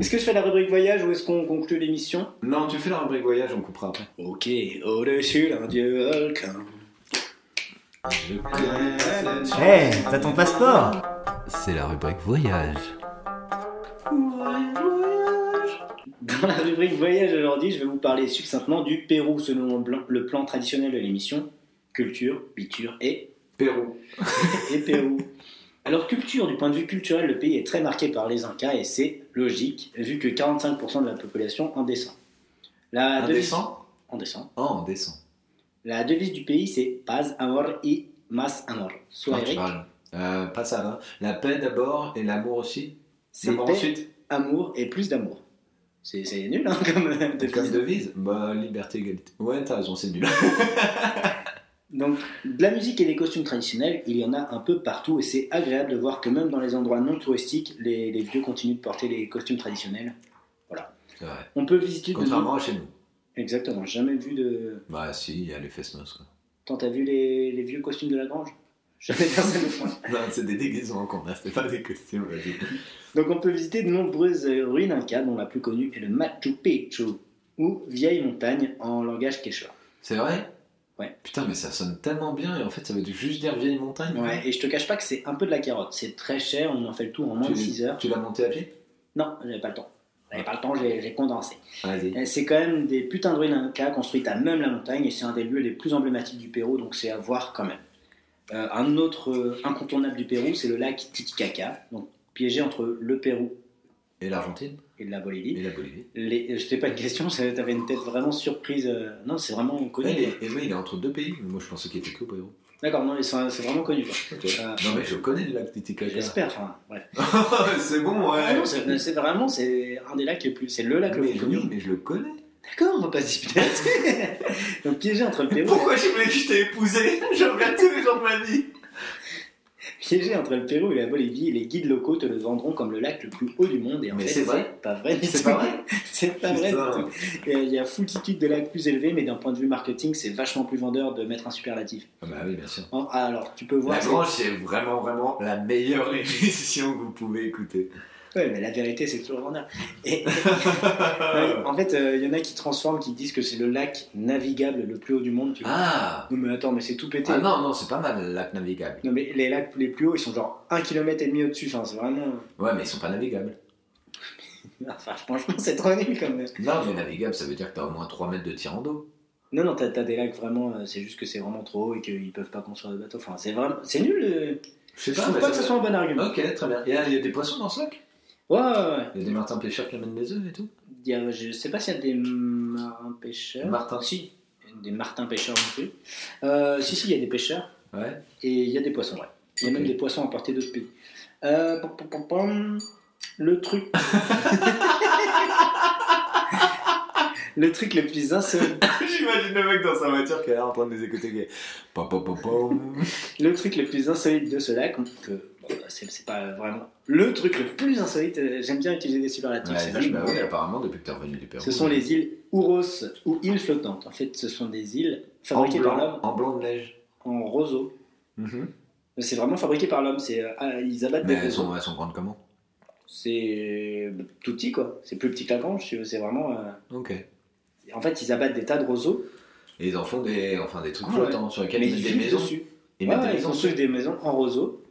Speaker 1: Est-ce que je fais la rubrique voyage ou est-ce qu'on conclut l'émission
Speaker 2: Non, tu fais la rubrique voyage, on coupera après.
Speaker 1: Ok, au-dessus d'un dieu volcan.
Speaker 3: Eh, t'as ton passeport
Speaker 6: C'est la rubrique voyage.
Speaker 1: Dans la rubrique voyage aujourd'hui, je vais vous parler succinctement du Pérou selon le plan- le plan traditionnel de l'émission culture, biture et,
Speaker 2: Pérou.
Speaker 1: et Pérou. Alors culture, du point de vue culturel, le pays est très marqué par les Incas et c'est logique vu que 45% de la population en descend. La devise-
Speaker 2: Indécent
Speaker 1: en descend.
Speaker 2: Oh, on descend.
Speaker 1: La devise du pays c'est Paz, Amor y Más Amor. Soit
Speaker 2: Ah, tu
Speaker 1: Eric,
Speaker 2: parles. Euh, pas ça, hein. La paix d'abord et l'amour aussi.
Speaker 1: c'est
Speaker 2: L'amour
Speaker 1: paix,
Speaker 2: ensuite.
Speaker 1: amour et plus d'amour. C'est c'est nul hein, comme devise.
Speaker 2: Comme devise Bah, liberté, égalité. Ouais, t'as raison, c'est nul.
Speaker 1: Donc, de la musique et des costumes traditionnels, il y en a un peu partout et c'est agréable de voir que même dans les endroits non touristiques, les, les vieux continuent de porter les costumes traditionnels.
Speaker 2: C'est vrai.
Speaker 1: On peut visiter. de-
Speaker 2: Contrairement à chez nous.
Speaker 1: Exactement, jamais vu de.
Speaker 2: Bah, si, il y a les fesnos, quoi.
Speaker 1: Tant t'as vu les, les vieux costumes de la grange Jamais personne ne fait.
Speaker 2: Non, c'est des déguisements qu'on a, c'est pas des costumes, vas-y.
Speaker 1: Donc, on peut visiter de nombreuses euh, ruines incas, dont la plus connue est le Machu Picchu, ou vieille montagne en langage quechua.
Speaker 2: C'est vrai
Speaker 1: Ouais.
Speaker 2: Putain, mais ça sonne tellement bien, et en fait, ça veut juste dire vieille montagne.
Speaker 1: Ouais, et je te cache pas que c'est un peu de la carotte, c'est très cher, on en fait le tour en moins de
Speaker 2: Tu-
Speaker 1: 6 heures.
Speaker 2: Tu l'as monté à pied
Speaker 1: Non, j'avais pas le temps. J'avais pas le temps, j'ai j'ai condensé.
Speaker 2: Vas-y.
Speaker 1: Et C'est quand même des putains de ruines incas construites à même la montagne et c'est un des lieux les plus emblématiques du Pérou, donc c'est à voir quand même. Euh, un autre euh, incontournable du Pérou, c'est le lac Titicaca, donc piégé entre le Pérou
Speaker 2: Et l'Argentine
Speaker 1: et la
Speaker 2: Et
Speaker 1: Bolivie.
Speaker 2: la Bolivie
Speaker 1: Les- Je t'ai pas de question, ça- t'avais une tête vraiment surprise. euh, Non, c'est vraiment connu.
Speaker 2: Ouais, il est- Et ouais, il est entre deux pays. Moi, je pensais qu'il était que au Pérou.
Speaker 1: D'accord, non, mais c'est c'est vraiment connu. quoi.
Speaker 2: Ok.
Speaker 1: Euh,
Speaker 2: Non, mais je connais le lac Titicaca.
Speaker 1: J'espère, enfin, bref.
Speaker 2: c'est bon,
Speaker 1: Ah non, c'est c'est vraiment c'est un des lacs les plus, c'est le lac le
Speaker 2: mais,
Speaker 1: plus connu.
Speaker 2: oui, mais je le connais.
Speaker 1: D'accord, on va pas se disputer. là-dessus. donc piégé entre le Pérou. et la-
Speaker 4: Pourquoi j'ai voulu que je t'ai épousé Je regrette tous les jours de ma vie.
Speaker 1: Piégé entre le Pérou et la Bolivie, les guides locaux te le vendront comme le lac le plus haut du monde. Et en
Speaker 2: Mais
Speaker 1: fait,
Speaker 2: c'est vrai
Speaker 1: pas vrai. du
Speaker 2: C'est
Speaker 1: tout.
Speaker 2: pas vrai
Speaker 1: C'est pas vrai. du
Speaker 2: Putain.
Speaker 1: tout. Et euh, Il y a foultitude de lacs plus élevés, mais d'un point de vue marketing, c'est vachement plus vendeur de mettre un superlatif.
Speaker 2: Ah Bah oui, bien sûr.
Speaker 1: En- ah, Alors, tu peux voir.
Speaker 2: La
Speaker 1: c'est-
Speaker 2: Grange, c'est vraiment, vraiment la meilleure émission que vous pouvez écouter.
Speaker 1: Ouais, mais la vérité, c'est toujours vendeur. Et- Ouais, en fait, euh, il y en a qui transforment, qui disent que c'est le lac navigable le plus haut du monde. Tu vois.
Speaker 2: Ah
Speaker 1: Non, mais attends, mais c'est tout pété.
Speaker 2: Ah non, non, c'est pas mal, le lac navigable.
Speaker 1: Non, mais les lacs les plus hauts, ils sont genre 1,5 km et demi au-dessus. Enfin, c'est vraiment.
Speaker 2: Ouais, mais ils sont pas navigables.
Speaker 1: Enfin, franchement, c'est trop nul comme.
Speaker 2: Non, mais navigable, ça veut dire que t'as au moins 3 mètres de tirant d'eau.
Speaker 1: Non, non, t'as t'as des lacs vraiment, euh, c'est juste que c'est vraiment trop haut et qu'ils peuvent pas construire de bateau. Enfin, c'est vraiment, c'est nul. euh, Je trouve pas que ce soit un bon argument.
Speaker 2: Ok, très bien. Et là, il y a des poissons dans ce lac
Speaker 1: Ouais, ouais, ouais.
Speaker 2: Il y a des martins pêcheurs qui amènent des œufs et tout
Speaker 1: Il y a- je sais pas s'il y a des marins pêcheurs.
Speaker 2: Martin.
Speaker 1: Si, des martins pêcheurs non plus. Euh, si, si, il y a des pêcheurs
Speaker 2: Ouais.
Speaker 1: et il y a des poissons, ouais. Il y a
Speaker 2: Ok.
Speaker 1: même des poissons importés d'autres pays. Euh, pom, pom, pom, pom. le truc. le truc le plus insolite.
Speaker 2: J'imagine le mec dans sa voiture qui est là en train de les écouter. qui est Pom, pom, pom, pom.
Speaker 1: Le truc le plus insolite de ce lac, que bon, bah, c'est c'est pas vraiment le truc le plus insolite, euh, j'aime bien utiliser des superlatifs,
Speaker 2: Ouais,
Speaker 1: c'est
Speaker 2: bah
Speaker 1: vachement
Speaker 2: oui,
Speaker 1: bien.
Speaker 2: apparemment, depuis que t'es revenu du Pérou.
Speaker 1: Ce sont les îles Ouros ou îles flottantes. En fait, ce sont des îles
Speaker 2: en
Speaker 1: fabriquées par
Speaker 2: blanc,
Speaker 1: l'homme
Speaker 2: en blanc de neige.
Speaker 1: en roseau.
Speaker 2: Mhm.
Speaker 1: C'est vraiment fabriqué par l'homme, c'est euh, ah, ils abattent
Speaker 2: Mais
Speaker 1: des
Speaker 2: elles
Speaker 1: roseaux.
Speaker 2: sont, elles sont grandes comment
Speaker 1: c'est euh, tout petit, quoi. C'est plus petit que la grange, si tu veux, c'est vraiment. euh,
Speaker 2: Ok. Et
Speaker 1: En fait, ils abattent des tas de roseaux.
Speaker 2: ils en font des, enfin, des trucs
Speaker 1: Ah,
Speaker 2: flottants sur lesquels
Speaker 1: mais
Speaker 2: ils mettent des
Speaker 1: vivent
Speaker 2: maisons.
Speaker 1: dessus.
Speaker 2: Ils
Speaker 1: Ouais, ouais,
Speaker 2: mettent des
Speaker 1: ils
Speaker 2: maisons.
Speaker 1: construisent des maisons en roseaux.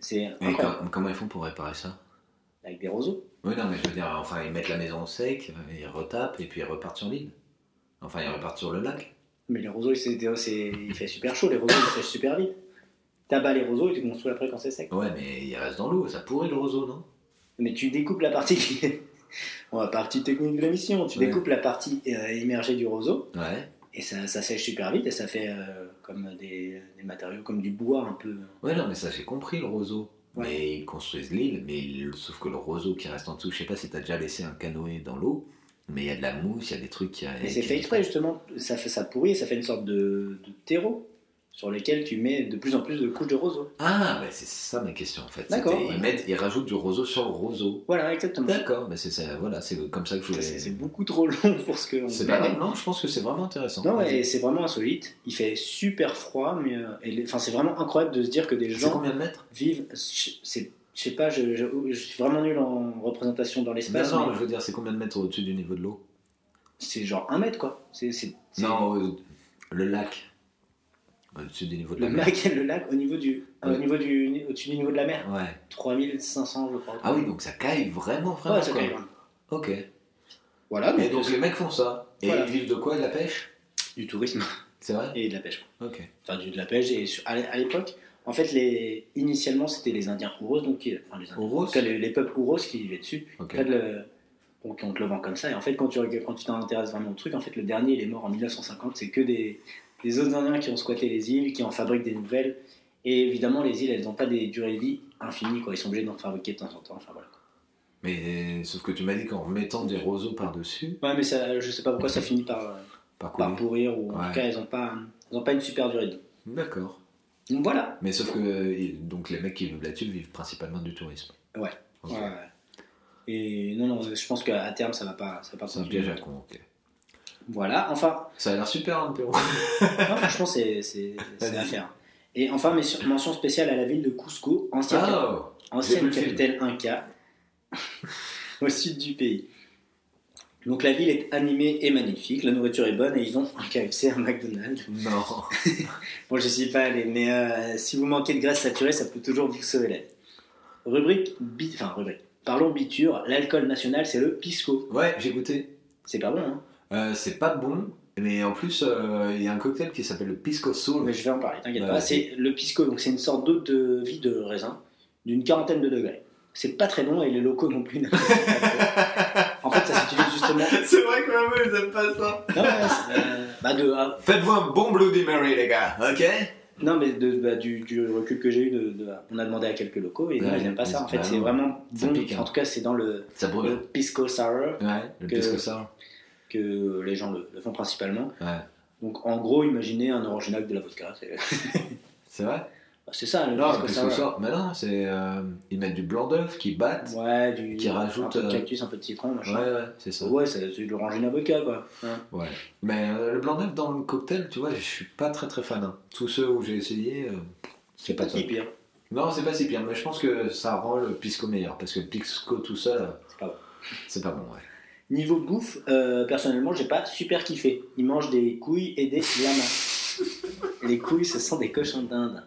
Speaker 1: C'est
Speaker 2: Mais
Speaker 1: incroyable.
Speaker 2: com- comment ils font pour réparer ça
Speaker 1: Avec des roseaux.
Speaker 2: Oui, non, mais je veux dire, enfin, ils mettent la maison au sec, ils retapent et puis ils repartent sur l'île. Enfin, ils repartent sur le lac.
Speaker 1: Mais les roseaux, c'est, c'est- il fait super chaud, les roseaux, ils sèchent super vite. T'abats les roseaux et tu construis après quand c'est sec.
Speaker 2: Ouais, mais ils restent dans l'eau, ça pourrit le roseau, non
Speaker 1: Mais tu découpes la partie qui est- Bon, la partie technique de l'émission, tu
Speaker 2: Ouais.
Speaker 1: découpes la partie euh, immergée du roseau
Speaker 2: Ouais.
Speaker 1: et ça, ça sèche super vite et ça fait euh, comme des, des matériaux, comme du bois un peu.
Speaker 2: Ouais, non, mais ça, j'ai compris le roseau.
Speaker 1: Ouais.
Speaker 2: Mais ils construisent l'île, mais ils- sauf que le roseau qui reste en dessous, je sais pas si t'as déjà laissé un canoë dans l'eau, mais il y a de la mousse, il y a des trucs qui.
Speaker 1: Et c'est fait exprès justement, ça, fait, ça pourrit et ça fait une sorte de, de terreau sur lequel tu mets de plus en plus de couches de roseaux.
Speaker 2: Ah, bah c'est ça ma question en fait.
Speaker 1: D'accord,
Speaker 2: C'était-
Speaker 1: ouais.
Speaker 2: Ils, mettent, ils rajoutent du roseau sur le roseau.
Speaker 1: Voilà, exactement.
Speaker 2: D'accord, mais c'est ça, voilà, c'est comme ça que je voulais.
Speaker 1: C'est c'est beaucoup trop long pour ce que. on
Speaker 2: C'est
Speaker 1: fait.
Speaker 2: pas mal, non, je pense que c'est vraiment intéressant.
Speaker 1: Non,
Speaker 2: Vas-y.
Speaker 1: et c'est vraiment insolite. Il fait super froid, mais euh, et les- enfin, c'est vraiment incroyable de se dire que des
Speaker 2: C'est
Speaker 1: gens
Speaker 2: combien de mètres
Speaker 1: vivent. Je c'est- je sais pas, je, je, je suis vraiment nul en représentation dans l'espace.
Speaker 2: Non, non,
Speaker 1: mais
Speaker 2: je veux dire, c'est combien de mètres au-dessus du niveau de l'eau
Speaker 1: C'est genre un mètre, quoi. C'est c'est- c'est-
Speaker 2: Non, euh, le lac. Au-dessus du niveau de
Speaker 1: le
Speaker 2: la mer.
Speaker 1: lac, le lac au niveau du, euh, au
Speaker 2: Ouais.
Speaker 1: niveau du, au-dessus du niveau de la mer.
Speaker 2: Ouais.
Speaker 1: 3500, je crois.
Speaker 2: Ah oui, donc ça caille vraiment, vraiment.
Speaker 1: Ouais, ça
Speaker 2: quoi.
Speaker 1: fait loin.
Speaker 2: Ok.
Speaker 1: Voilà,
Speaker 2: Et
Speaker 1: donc,
Speaker 2: donc les mecs font ça. Et
Speaker 1: Voilà.
Speaker 2: ils vivent de quoi De la pêche
Speaker 1: du tourisme
Speaker 2: C'est vrai
Speaker 1: et de la pêche.
Speaker 2: Ok.
Speaker 1: Enfin, du- de la pêche et sur- à l'é- à l'époque, en fait, les, initialement, c'était les Indiens Ouros, donc qui- enfin, les Indiens-
Speaker 2: Au
Speaker 1: en
Speaker 2: rose
Speaker 1: tout cas, les, les peuples Ouros qui vivaient dessus.
Speaker 2: Ok.
Speaker 1: En fait, le- donc on te le vend comme ça. Et en fait, quand tu quand tu t'intéresses vraiment au truc, en fait, le dernier, il est mort en 1950. C'est que des, des autres Indiens qui ont squatté les îles, qui en fabriquent des nouvelles. Et évidemment, les îles, elles n'ont pas des durées de vie infinies. Quoi. Ils sont obligés d'en fabriquer de temps en temps. Enfin, voilà.
Speaker 2: Mais euh, sauf que tu m'as dit qu'en mettant des roseaux par-dessus,
Speaker 1: Ouais, mais ça, je sais pas pourquoi ça finit par, euh,
Speaker 2: par
Speaker 1: par
Speaker 2: contre.
Speaker 1: pourrir. Ou en
Speaker 2: Ouais.
Speaker 1: tout cas, elles n'ont pas, elles ont pas une super durée de vie.
Speaker 2: D'accord.
Speaker 1: Donc voilà.
Speaker 2: Mais sauf que euh, ils- donc les mecs qui vivent là-dessus vivent principalement du tourisme.
Speaker 1: Ouais.
Speaker 2: Ok.
Speaker 1: Ouais, ouais. Et non, non, je pense qu'à à terme, ça va pas. Ça va pas
Speaker 2: C'est un
Speaker 1: continuer.
Speaker 2: piège à con. ok.
Speaker 1: Voilà. Enfin,
Speaker 2: Ça a l'air super, hein, le Pérou.
Speaker 1: Non, franchement, c'est c'est- c'est
Speaker 2: Vas-y.
Speaker 1: à faire. Et enfin, mes- mention spéciale à la ville de Cusco, ancienne, cap-
Speaker 2: Ah, j'ai vu
Speaker 1: ancienne
Speaker 2: le film.
Speaker 1: capitale Inca, au sud du pays. Donc la ville est animée et magnifique, la nourriture est bonne et ils ont un KFC, un McDonald's.
Speaker 2: Oh, Non.
Speaker 1: Bon, je suis pas allé, mais euh, si vous manquez de graisse saturée, ça peut toujours vous sauver la vie. Rubrique, bi- enfin rubrique. Parlons biture, l'alcool national c'est le pisco.
Speaker 2: Ouais, j'ai goûté.
Speaker 1: C'est pas bon, hein
Speaker 2: Euh, c'est pas bon, mais en plus, euh, il y a un cocktail qui s'appelle le Pisco Soul.
Speaker 1: Mais je vais en parler, t'inquiète
Speaker 2: Ouais,
Speaker 1: pas.
Speaker 2: Bah, vas-y.
Speaker 1: C'est le pisco, donc c'est une sorte d'eau de vie de raisin d'une quarantaine de degrés. C'est pas très bon et les locaux non plus. n'apprécient pas trop. en fait, ça s'utilise justement.
Speaker 4: C'est vrai que maman, ils aiment pas ça.
Speaker 1: Non, ouais, c'est, euh, bah, de- ah,
Speaker 2: Faites-vous un bon Bloody Mary, les gars, ok
Speaker 1: non, mais de- bah, du, du recul que j'ai eu, de, de- on a demandé à quelques locaux et non,
Speaker 2: Ouais,
Speaker 1: ils n'aiment pas ça. En fait,
Speaker 2: bah,
Speaker 1: c'est
Speaker 2: non.
Speaker 1: vraiment
Speaker 2: Ça
Speaker 1: bon.
Speaker 2: pique, hein.
Speaker 1: En tout cas, c'est dans le,
Speaker 2: Ça
Speaker 1: le
Speaker 2: brûle.
Speaker 1: pisco sour
Speaker 2: Ouais, le
Speaker 1: Que-
Speaker 2: Pisco Sour.
Speaker 1: que les gens le, le font principalement.
Speaker 2: Ouais.
Speaker 1: Donc, en gros, imaginez un oranginac de la vodka. C'est
Speaker 2: C'est vrai
Speaker 1: bah, c'est ça, le
Speaker 2: Non,
Speaker 1: pisco
Speaker 2: le Pisco
Speaker 1: sour.
Speaker 2: Sour. Mais non, c'est. euh, ils mettent du blanc d'œuf, qui battent.
Speaker 1: Ouais, du,
Speaker 2: Qui rajoute,
Speaker 1: un peu de
Speaker 2: euh,
Speaker 1: cactus, un peu de citron,
Speaker 2: Ouais,
Speaker 1: machin.
Speaker 2: ouais, c'est ça.
Speaker 1: Ouais, c'est c'est de l'orangina vodka, quoi. Hein.
Speaker 2: Ouais. Mais euh, le blanc d'œuf dans le cocktail, tu vois, je suis pas très très fan. hein. Tous ceux où j'ai essayé, euh, c'est pas
Speaker 1: C'est
Speaker 2: top.
Speaker 1: pire.
Speaker 2: Non, c'est pas si pire, mais je pense que ça rend le pisco meilleur. Parce que le pisco tout seul, euh,
Speaker 1: C'est pas bon.
Speaker 2: c'est pas bon, ouais.
Speaker 1: Niveau bouffe, euh, personnellement, j'ai pas super kiffé. Ils mangent des couilles et des lamas. Les couilles, ce sont des cochons d'Inde.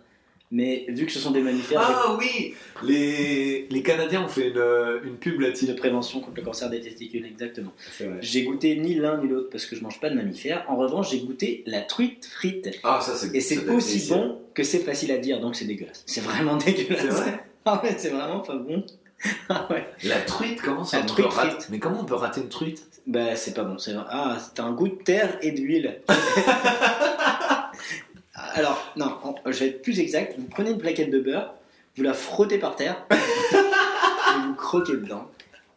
Speaker 1: Mais vu que ce sont des mammifères,
Speaker 2: Ah oui les... les Canadiens ont fait une, euh, une pub
Speaker 1: j'ai de
Speaker 2: là-dessus.
Speaker 1: prévention contre le cancer des testicules, exactement.
Speaker 2: C'est vrai.
Speaker 1: J'ai goûté ni l'un ni l'autre parce que je mange pas de mammifères. En revanche, j'ai goûté la truite frite.
Speaker 2: Ah, ça c'est
Speaker 1: Et
Speaker 2: ça
Speaker 1: c'est
Speaker 2: doit être
Speaker 1: aussi
Speaker 2: délicieux.
Speaker 1: bon que c'est facile à dire, donc c'est dégueulasse. C'est vraiment dégueulasse.
Speaker 2: C'est vrai
Speaker 1: Ah ouais, c'est vraiment pas bon. Ah ouais.
Speaker 2: La truite, comment ça
Speaker 1: La
Speaker 2: on
Speaker 1: truite
Speaker 2: peut rater-
Speaker 1: frite.
Speaker 2: Mais comment on peut rater une truite
Speaker 1: Bah, c'est pas bon. C'est ah, c'est un goût de terre et d'huile. Alors, non, en- je vais être plus exact. Vous prenez une plaquette de beurre, vous la frottez par terre, et vous croquez dedans.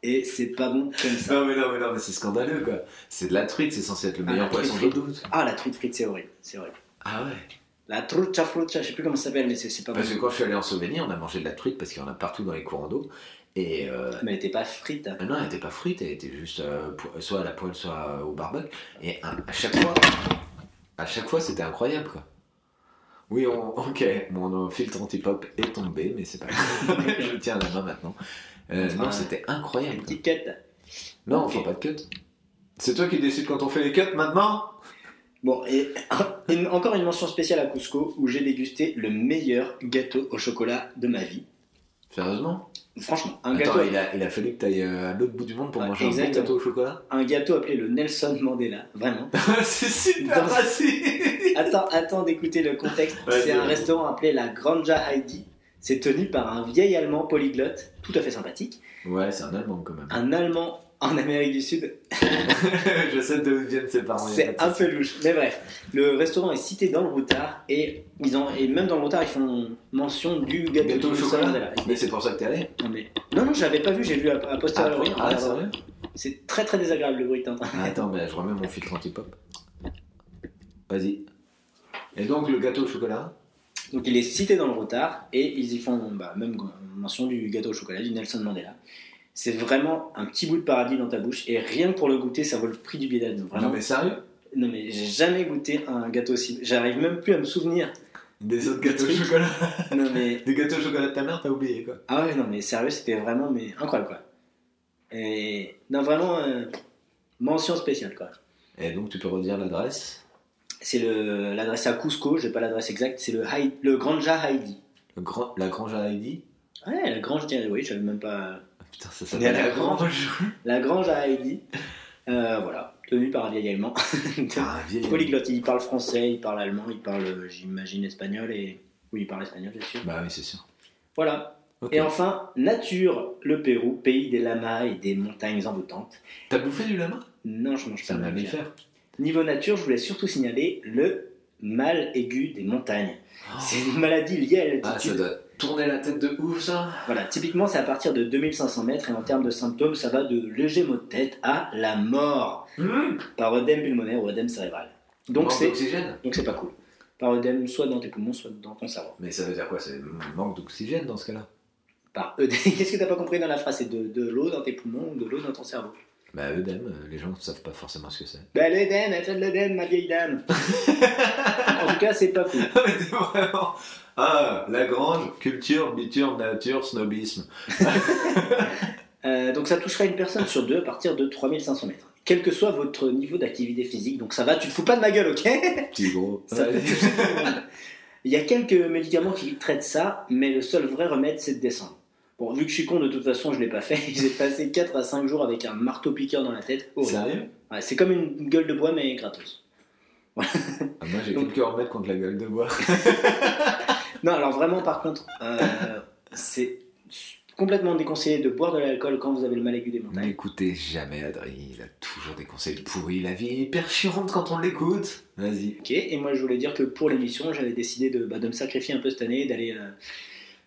Speaker 1: Et c'est pas bon comme ça.
Speaker 2: Non mais non mais non mais c'est scandaleux quoi. C'est de la truite, c'est censé être le
Speaker 1: Ah,
Speaker 2: meilleur
Speaker 1: la truite
Speaker 2: poisson de
Speaker 1: frite.
Speaker 2: doute.
Speaker 1: Ah, la truite frite, c'est horrible. C'est horrible.
Speaker 2: Ah ouais.
Speaker 1: La trucha frucha, je sais plus comment ça s'appelle, mais c'est c'est pas bon.
Speaker 2: Parce que quand je suis allé en Slovénie, on a mangé de la truite parce qu'il y en a partout dans les courants d'eau. Et euh,
Speaker 1: Mais elle était pas frite.
Speaker 2: ah non, elle n'était pas frite, elle était juste euh, po- soit à la poêle, soit au barbecue. Et à, à chaque fois, à chaque fois, c'était incroyable quoi. Oui, on- ok, mon euh, filtre anti-pop est tombé, mais c'est pas grave. Je le tiens à la main maintenant. Euh, non, c'était incroyable.
Speaker 1: Une petite quête.
Speaker 2: Non,
Speaker 1: Ok.
Speaker 2: on fait pas de cut. C'est toi qui décides quand on fait les cuts maintenant
Speaker 1: Bon, et une- encore une mention spéciale à Cusco où j'ai dégusté le meilleur gâteau au chocolat de ma vie.
Speaker 2: Sérieusement
Speaker 1: Franchement, un
Speaker 2: Attends,
Speaker 1: gâteau,
Speaker 2: il a, il a fallu que t'ailles euh, à l'autre bout du monde pour
Speaker 1: Ouais,
Speaker 2: manger un bon
Speaker 1: exactement.
Speaker 2: gâteau au chocolat
Speaker 1: un gâteau appelé le Nelson Mandela, vraiment.
Speaker 2: C'est
Speaker 1: Dans- Attends, attends d'écouter le contexte.
Speaker 4: Ouais,
Speaker 1: c'est un
Speaker 4: ouais.
Speaker 1: restaurant appelé la Granja Heidi. C'est tenu par un vieil Allemand polyglotte, tout à fait sympathique,
Speaker 2: Ouais, c'est un allemand quand même.
Speaker 1: un Allemand en Amérique du Sud.
Speaker 2: Je sais d'où viennent ses parents. il y a
Speaker 1: C'est
Speaker 2: pas
Speaker 1: un
Speaker 2: de
Speaker 1: peu louche. Mais bref, le restaurant est cité dans le routard et, ils ont, et même dans le routard, ils font mention du
Speaker 2: souci.
Speaker 1: gâteau,
Speaker 2: Gâteau au
Speaker 1: de
Speaker 2: chocolat
Speaker 1: Mandela.
Speaker 2: Mais c'est pour ça que t'es allé
Speaker 1: Non, mais- non, non, je l'avais pas vu, j'ai vu à, à posteriori.
Speaker 2: Ah, ah, sérieux
Speaker 1: c'est très très désagréable le bruit que t'entends.
Speaker 2: Ah, Attends, mais je remets mon filtre anti-pop. Vas-y. Et donc le gâteau au chocolat
Speaker 1: Donc il est cité dans le retard et ils y font bah, même mention du gâteau au chocolat du Nelson Mandela. C'est vraiment un petit bout de paradis dans ta bouche et rien que pour le goûter, ça vaut le prix du billet d'avion. Vraiment.
Speaker 2: Ah Non mais sérieux
Speaker 1: Non, mais j'ai jamais goûté un gâteau aussi. J'arrive même plus à me souvenir.
Speaker 2: Des autres
Speaker 1: Des
Speaker 2: gâteaux au
Speaker 1: trucs.
Speaker 2: chocolat
Speaker 1: Non mais
Speaker 2: Des gâteaux au chocolat de ta mère, t'as oublié quoi
Speaker 1: ah ouais non mais sérieux, c'était vraiment mais incroyable quoi. Et non vraiment euh, mention spéciale quoi.
Speaker 2: Et donc tu peux redire l'adresse
Speaker 1: C'est le- l'adresse à Cusco, j'ai pas l'adresse exacte. C'est le Hai- le Granja Heidi.
Speaker 2: Le grand- La grange à Heidi
Speaker 1: Ouais, la grange, tiens, oui, j'avais même pas.
Speaker 2: Ah, Putain, ça
Speaker 1: Mais à
Speaker 2: s'appelle
Speaker 1: la
Speaker 2: la grange
Speaker 1: La grange à Heidi, euh, voilà, tenue par un vieil allemand.
Speaker 2: Ah, vieille.
Speaker 1: Polyglotte, il parle français, il parle allemand, il parle, euh, j'imagine, espagnol et. Oui, il parle espagnol, bien sûr.
Speaker 2: Bah oui, c'est sûr.
Speaker 1: Voilà.
Speaker 2: Ok.
Speaker 1: Et enfin, nature, le Pérou, pays des lamas et des montagnes envoûtantes.
Speaker 2: T'as bouffé du lama
Speaker 1: Non, je mange
Speaker 2: C'est
Speaker 1: pas
Speaker 2: un
Speaker 1: de mammifère.
Speaker 2: mammifère.
Speaker 1: Niveau nature, je voulais surtout signaler le mal aigu des montagnes. C'est une maladie liée à
Speaker 2: Oh. Ah, ça
Speaker 1: l'altitude.
Speaker 2: doit tourner la tête de ouf ça
Speaker 1: Voilà, typiquement, c'est à partir de 2500 mètres et en termes de symptômes, ça va de léger maux de tête à la mort par œdème pulmonaire ou œdème cérébral. Donc
Speaker 2: Manque
Speaker 1: c'est
Speaker 2: d'oxygène
Speaker 1: donc c'est pas cool. Par œdème soit dans tes poumons, soit dans ton cerveau.
Speaker 2: Mais ça veut dire quoi C'est manque d'oxygène dans ce cas-là
Speaker 1: Par œdème. Qu'est-ce que t'as pas compris dans la phrase C'est de, de l'eau dans tes poumons ou de l'eau dans ton cerveau.
Speaker 2: Bah œdème, euh, les gens ne savent pas forcément ce que c'est.
Speaker 1: Bah l'œdème, elle fait de l'œdème, ma vieille dame. en tout cas, c'est pas cool.
Speaker 2: Ah, mais t'es vraiment... Ah, la grange, culture, biture, nature, snobisme.
Speaker 1: Euh, donc ça touchera une personne sur deux à partir de 3500 mètres. Quel que soit votre niveau d'activité physique, donc ça va, tu te fous pas de ma gueule, ok
Speaker 2: Petit gros.
Speaker 1: Ça
Speaker 2: Ouais.
Speaker 1: peut toucher tout le monde. Il y a quelques médicaments qui traitent ça, mais le seul vrai remède, c'est de descendre. Bon, vu que je suis con, de toute façon, je l'ai pas fait. J'ai passé 4 à 5 jours avec un marteau-piqueur dans la tête. Horrible.
Speaker 2: Sérieux
Speaker 1: Ouais, c'est comme une gueule de bois, mais gratos.
Speaker 2: Ah, Moi j'ai
Speaker 1: Donc-
Speaker 2: quelques remèdes contre la gueule de bois.
Speaker 1: Non, alors vraiment, par contre, euh, c'est complètement déconseillé de boire de l'alcool quand vous avez le mal aigu des montagnes.
Speaker 2: N'écoutez jamais Adrien, il a toujours des conseils pourris, la vie est hyper chiante quand on l'écoute. Vas-y.
Speaker 1: Ok, et moi je voulais dire que pour l'émission, j'avais décidé de, bah, de me sacrifier un peu cette année, d'aller. euh,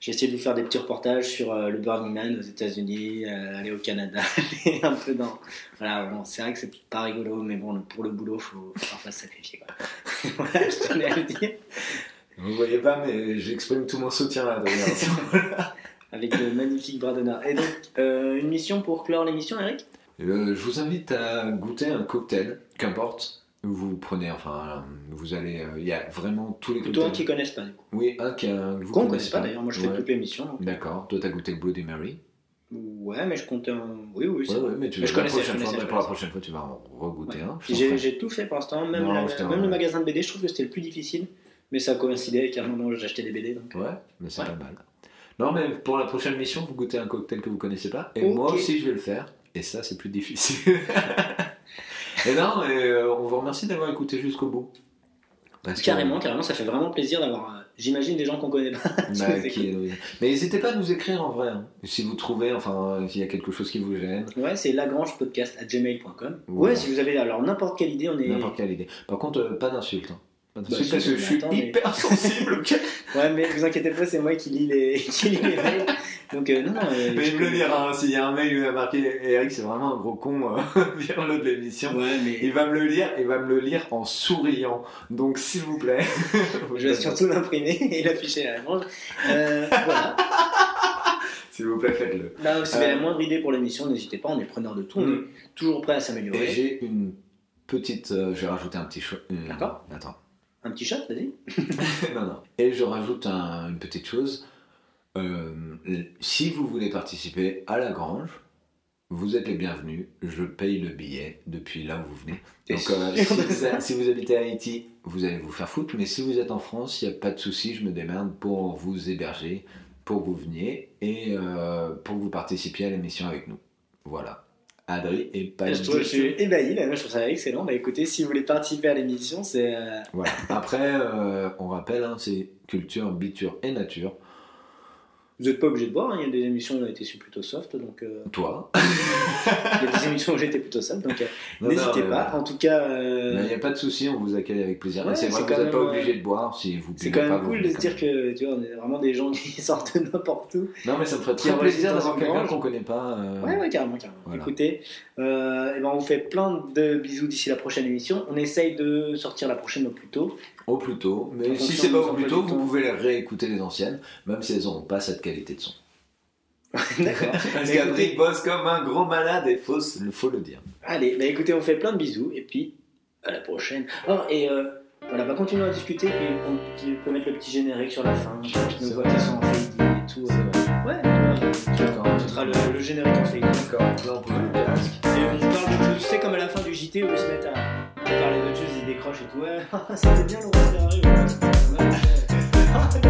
Speaker 1: j'ai essayé de vous faire des petits reportages sur euh, le Burning Man aux États-Unis, euh, aller au Canada, aller un peu dans. Voilà, bon, c'est vrai que c'est pas rigolo, mais bon, le- pour le boulot, faut faut parfois se sacrifier. Quoi. voilà, je tenais à le dire.
Speaker 2: Vous voyez pas, mais j'exprime tout mon soutien à Adrien.
Speaker 1: Avec le magnifique bras d'honneur. Et donc, euh, une mission pour clore l'émission, Eric
Speaker 2: Euh, je vous invite à goûter un cocktail, qu'importe. Vous prenez, enfin, vous allez, euh, il y a vraiment tous les
Speaker 1: Plutôt un qui
Speaker 2: cocktails.
Speaker 1: connaissent pas, du coup.
Speaker 2: Oui, un qui un que vous
Speaker 1: Qu'on connaisse
Speaker 2: connaissez
Speaker 1: pas d'ailleurs, moi je fais
Speaker 2: Ouais.
Speaker 1: toutes les missions. donc.
Speaker 2: D'accord, toi t'as goûté le Bloody Mary.
Speaker 1: Ouais, mais je comptais un. Oui, oui, c'est
Speaker 2: Ouais,
Speaker 1: vrai.
Speaker 2: ouais, mais tu
Speaker 1: Mais
Speaker 2: vas
Speaker 1: je
Speaker 2: la
Speaker 1: connaissais, je
Speaker 2: prochaine fois,
Speaker 1: connaissais,
Speaker 2: mais
Speaker 1: je
Speaker 2: pour la
Speaker 1: connaissais.
Speaker 2: prochaine fois, tu vas en regoûter
Speaker 1: Ouais.
Speaker 2: un. je t'en
Speaker 1: J'ai
Speaker 2: ferai.
Speaker 1: j'ai tout fait pour l'instant, même,
Speaker 2: Non,
Speaker 1: la-
Speaker 2: je t'ai-
Speaker 1: même le magasin de BD, je trouve que c'était le plus difficile, mais ça coïncidait avec un moment où j'achetais des BD. donc.
Speaker 2: Ouais, mais c'est
Speaker 1: Ouais.
Speaker 2: pas mal. Non, mais pour la prochaine mission, vous goûtez un cocktail que vous connaissez pas. Et
Speaker 1: Ok.
Speaker 2: moi aussi, je vais le faire. Et ça, c'est plus difficile. et non, mais, euh, on vous remercie d'avoir écouté jusqu'au bout. Parce que-
Speaker 1: Carrément, carrément, ça fait vraiment plaisir d'avoir, euh, j'imagine, des gens qu'on connaît pas.
Speaker 2: Bah,
Speaker 1: Tu nous
Speaker 2: qui- Mais n'hésitez pas à nous écrire en vrai. hein. Si vous trouvez, enfin, euh, s'il y a quelque chose qui vous gêne,
Speaker 1: Ouais, c'est lagrangepodcast à gmail.com.
Speaker 2: Ouais.
Speaker 1: Ouais, si vous avez alors n'importe quelle idée, on est.
Speaker 2: n'importe quelle idée. Par contre, euh, pas d'insultes. hein. Pas d'insultes
Speaker 1: si,
Speaker 2: parce que
Speaker 1: mais
Speaker 2: je suis
Speaker 1: attends, mais-
Speaker 2: hyper sensible. ok
Speaker 1: Ouais, mais vous inquiétez pas, c'est moi qui lis les, qui lis les mails. Donc, euh, non, euh,
Speaker 2: Mais
Speaker 1: je-
Speaker 2: il me le dira. hein. S'il y a un mail où il a marqué Eric, c'est vraiment un gros con, euh, viens l'autre de l'émission.
Speaker 1: Ouais, mais
Speaker 2: Il va me le lire, il va me le lire en souriant. Donc s'il vous plaît.
Speaker 1: je vais surtout l'imprimer et l'afficher à la grange. Euh, voilà.
Speaker 2: S'il vous plaît, faites-le.
Speaker 1: Là, si vous avez
Speaker 2: Euh.
Speaker 1: la moindre idée pour l'émission, n'hésitez pas, on est preneur de tout, on
Speaker 2: Mm.
Speaker 1: est toujours prêt à
Speaker 2: Et
Speaker 1: s'améliorer.
Speaker 2: j'ai une petite. euh, je vais rajouter un petit. cho- une-
Speaker 1: D'accord.
Speaker 2: Attends.
Speaker 1: Un petit chat, vas-y.
Speaker 2: Non, non. Et je rajoute un- une petite chose. Euh, si vous voulez participer à la grange, vous êtes les bienvenus. Je paye le billet depuis là où vous venez. Donc, euh, si, vous, si vous habitez à Haïti, vous allez vous faire foutre. Mais si vous êtes en France, il n'y a pas de souci. Je me démerde pour vous héberger, pour que vous veniez et euh, pour que vous participiez à l'émission avec nous. Voilà. Adri et pas
Speaker 1: je, trouve, je suis ébahi, là, moi je trouve ça excellent. Bah écoutez, si vous voulez participer à l'émission, c'est. euh,
Speaker 2: Voilà. Après, euh, on rappelle, hein, c'est culture, biture et nature.
Speaker 1: Vous n'êtes pas obligé de boire, hein, il y a des émissions où on a été su plutôt soft, donc. euh,
Speaker 2: Toi,
Speaker 1: il y a des émissions où j'étais plutôt soft, donc euh,
Speaker 2: Non,
Speaker 1: n'hésitez
Speaker 2: non,
Speaker 1: pas.
Speaker 2: mais-
Speaker 1: En tout cas, euh,
Speaker 2: mais Il n'y a pas de souci, on vous accueille avec plaisir.
Speaker 1: Ouais,
Speaker 2: Et c'est vrai
Speaker 1: c'est
Speaker 2: que
Speaker 1: quand
Speaker 2: vous n'êtes pas
Speaker 1: même, euh,
Speaker 2: obligé de boire si vous
Speaker 1: c'est
Speaker 2: buvez
Speaker 1: quand
Speaker 2: pas,
Speaker 1: même
Speaker 2: vous
Speaker 1: cool de
Speaker 2: venez
Speaker 1: se dire que, tu vois, on est vraiment des gens qui sortent de n'importe où.
Speaker 2: même. Non, mais ça me ferait
Speaker 1: qui
Speaker 2: très plaisir
Speaker 1: enregistrent
Speaker 2: d'avoir
Speaker 1: dans
Speaker 2: quelqu'un
Speaker 1: une
Speaker 2: qu'on connaît pas. euh,
Speaker 1: Ouais, ouais, carrément, carrément.
Speaker 2: Voilà.
Speaker 1: Écoutez, euh, eh ben, on vous fait plein de bisous d'ici la prochaine émission. On essaye de sortir la prochaine au plus tôt.
Speaker 2: Au plus tôt.
Speaker 1: En
Speaker 2: Mais si
Speaker 1: fonction
Speaker 2: c'est
Speaker 1: de
Speaker 2: pas
Speaker 1: nos
Speaker 2: au plus
Speaker 1: emplois
Speaker 2: tôt,
Speaker 1: du
Speaker 2: vous
Speaker 1: temps.
Speaker 2: pouvez les réécouter les anciennes, même si elles n'auront pas cette qualité de son.
Speaker 1: D'accord.
Speaker 2: Parce
Speaker 1: Mais
Speaker 2: qu'Adri
Speaker 1: écoutez-
Speaker 2: bosse comme un gros malade et faut, se- faut le dire.
Speaker 1: Allez, bah écoutez, on fait plein de bisous et puis à la prochaine. Oh, et euh, voilà, on va continuer à discuter et on tu peux mettre le petit générique sur la fin. Nos
Speaker 2: C'est
Speaker 1: voix
Speaker 2: vrai.
Speaker 1: qui sont en fading et tout. euh, Ouais,
Speaker 2: D'accord.
Speaker 1: on mettra le, le générique en fading.
Speaker 2: D'accord. Là, on peut le casque.
Speaker 1: Et on parle de c'est comme à la fin du JT où ils se mettent à parler d'autres choses, ils décrochent et tout. Ouais, c'était bien le roi qui arrive. Ouais, ouais.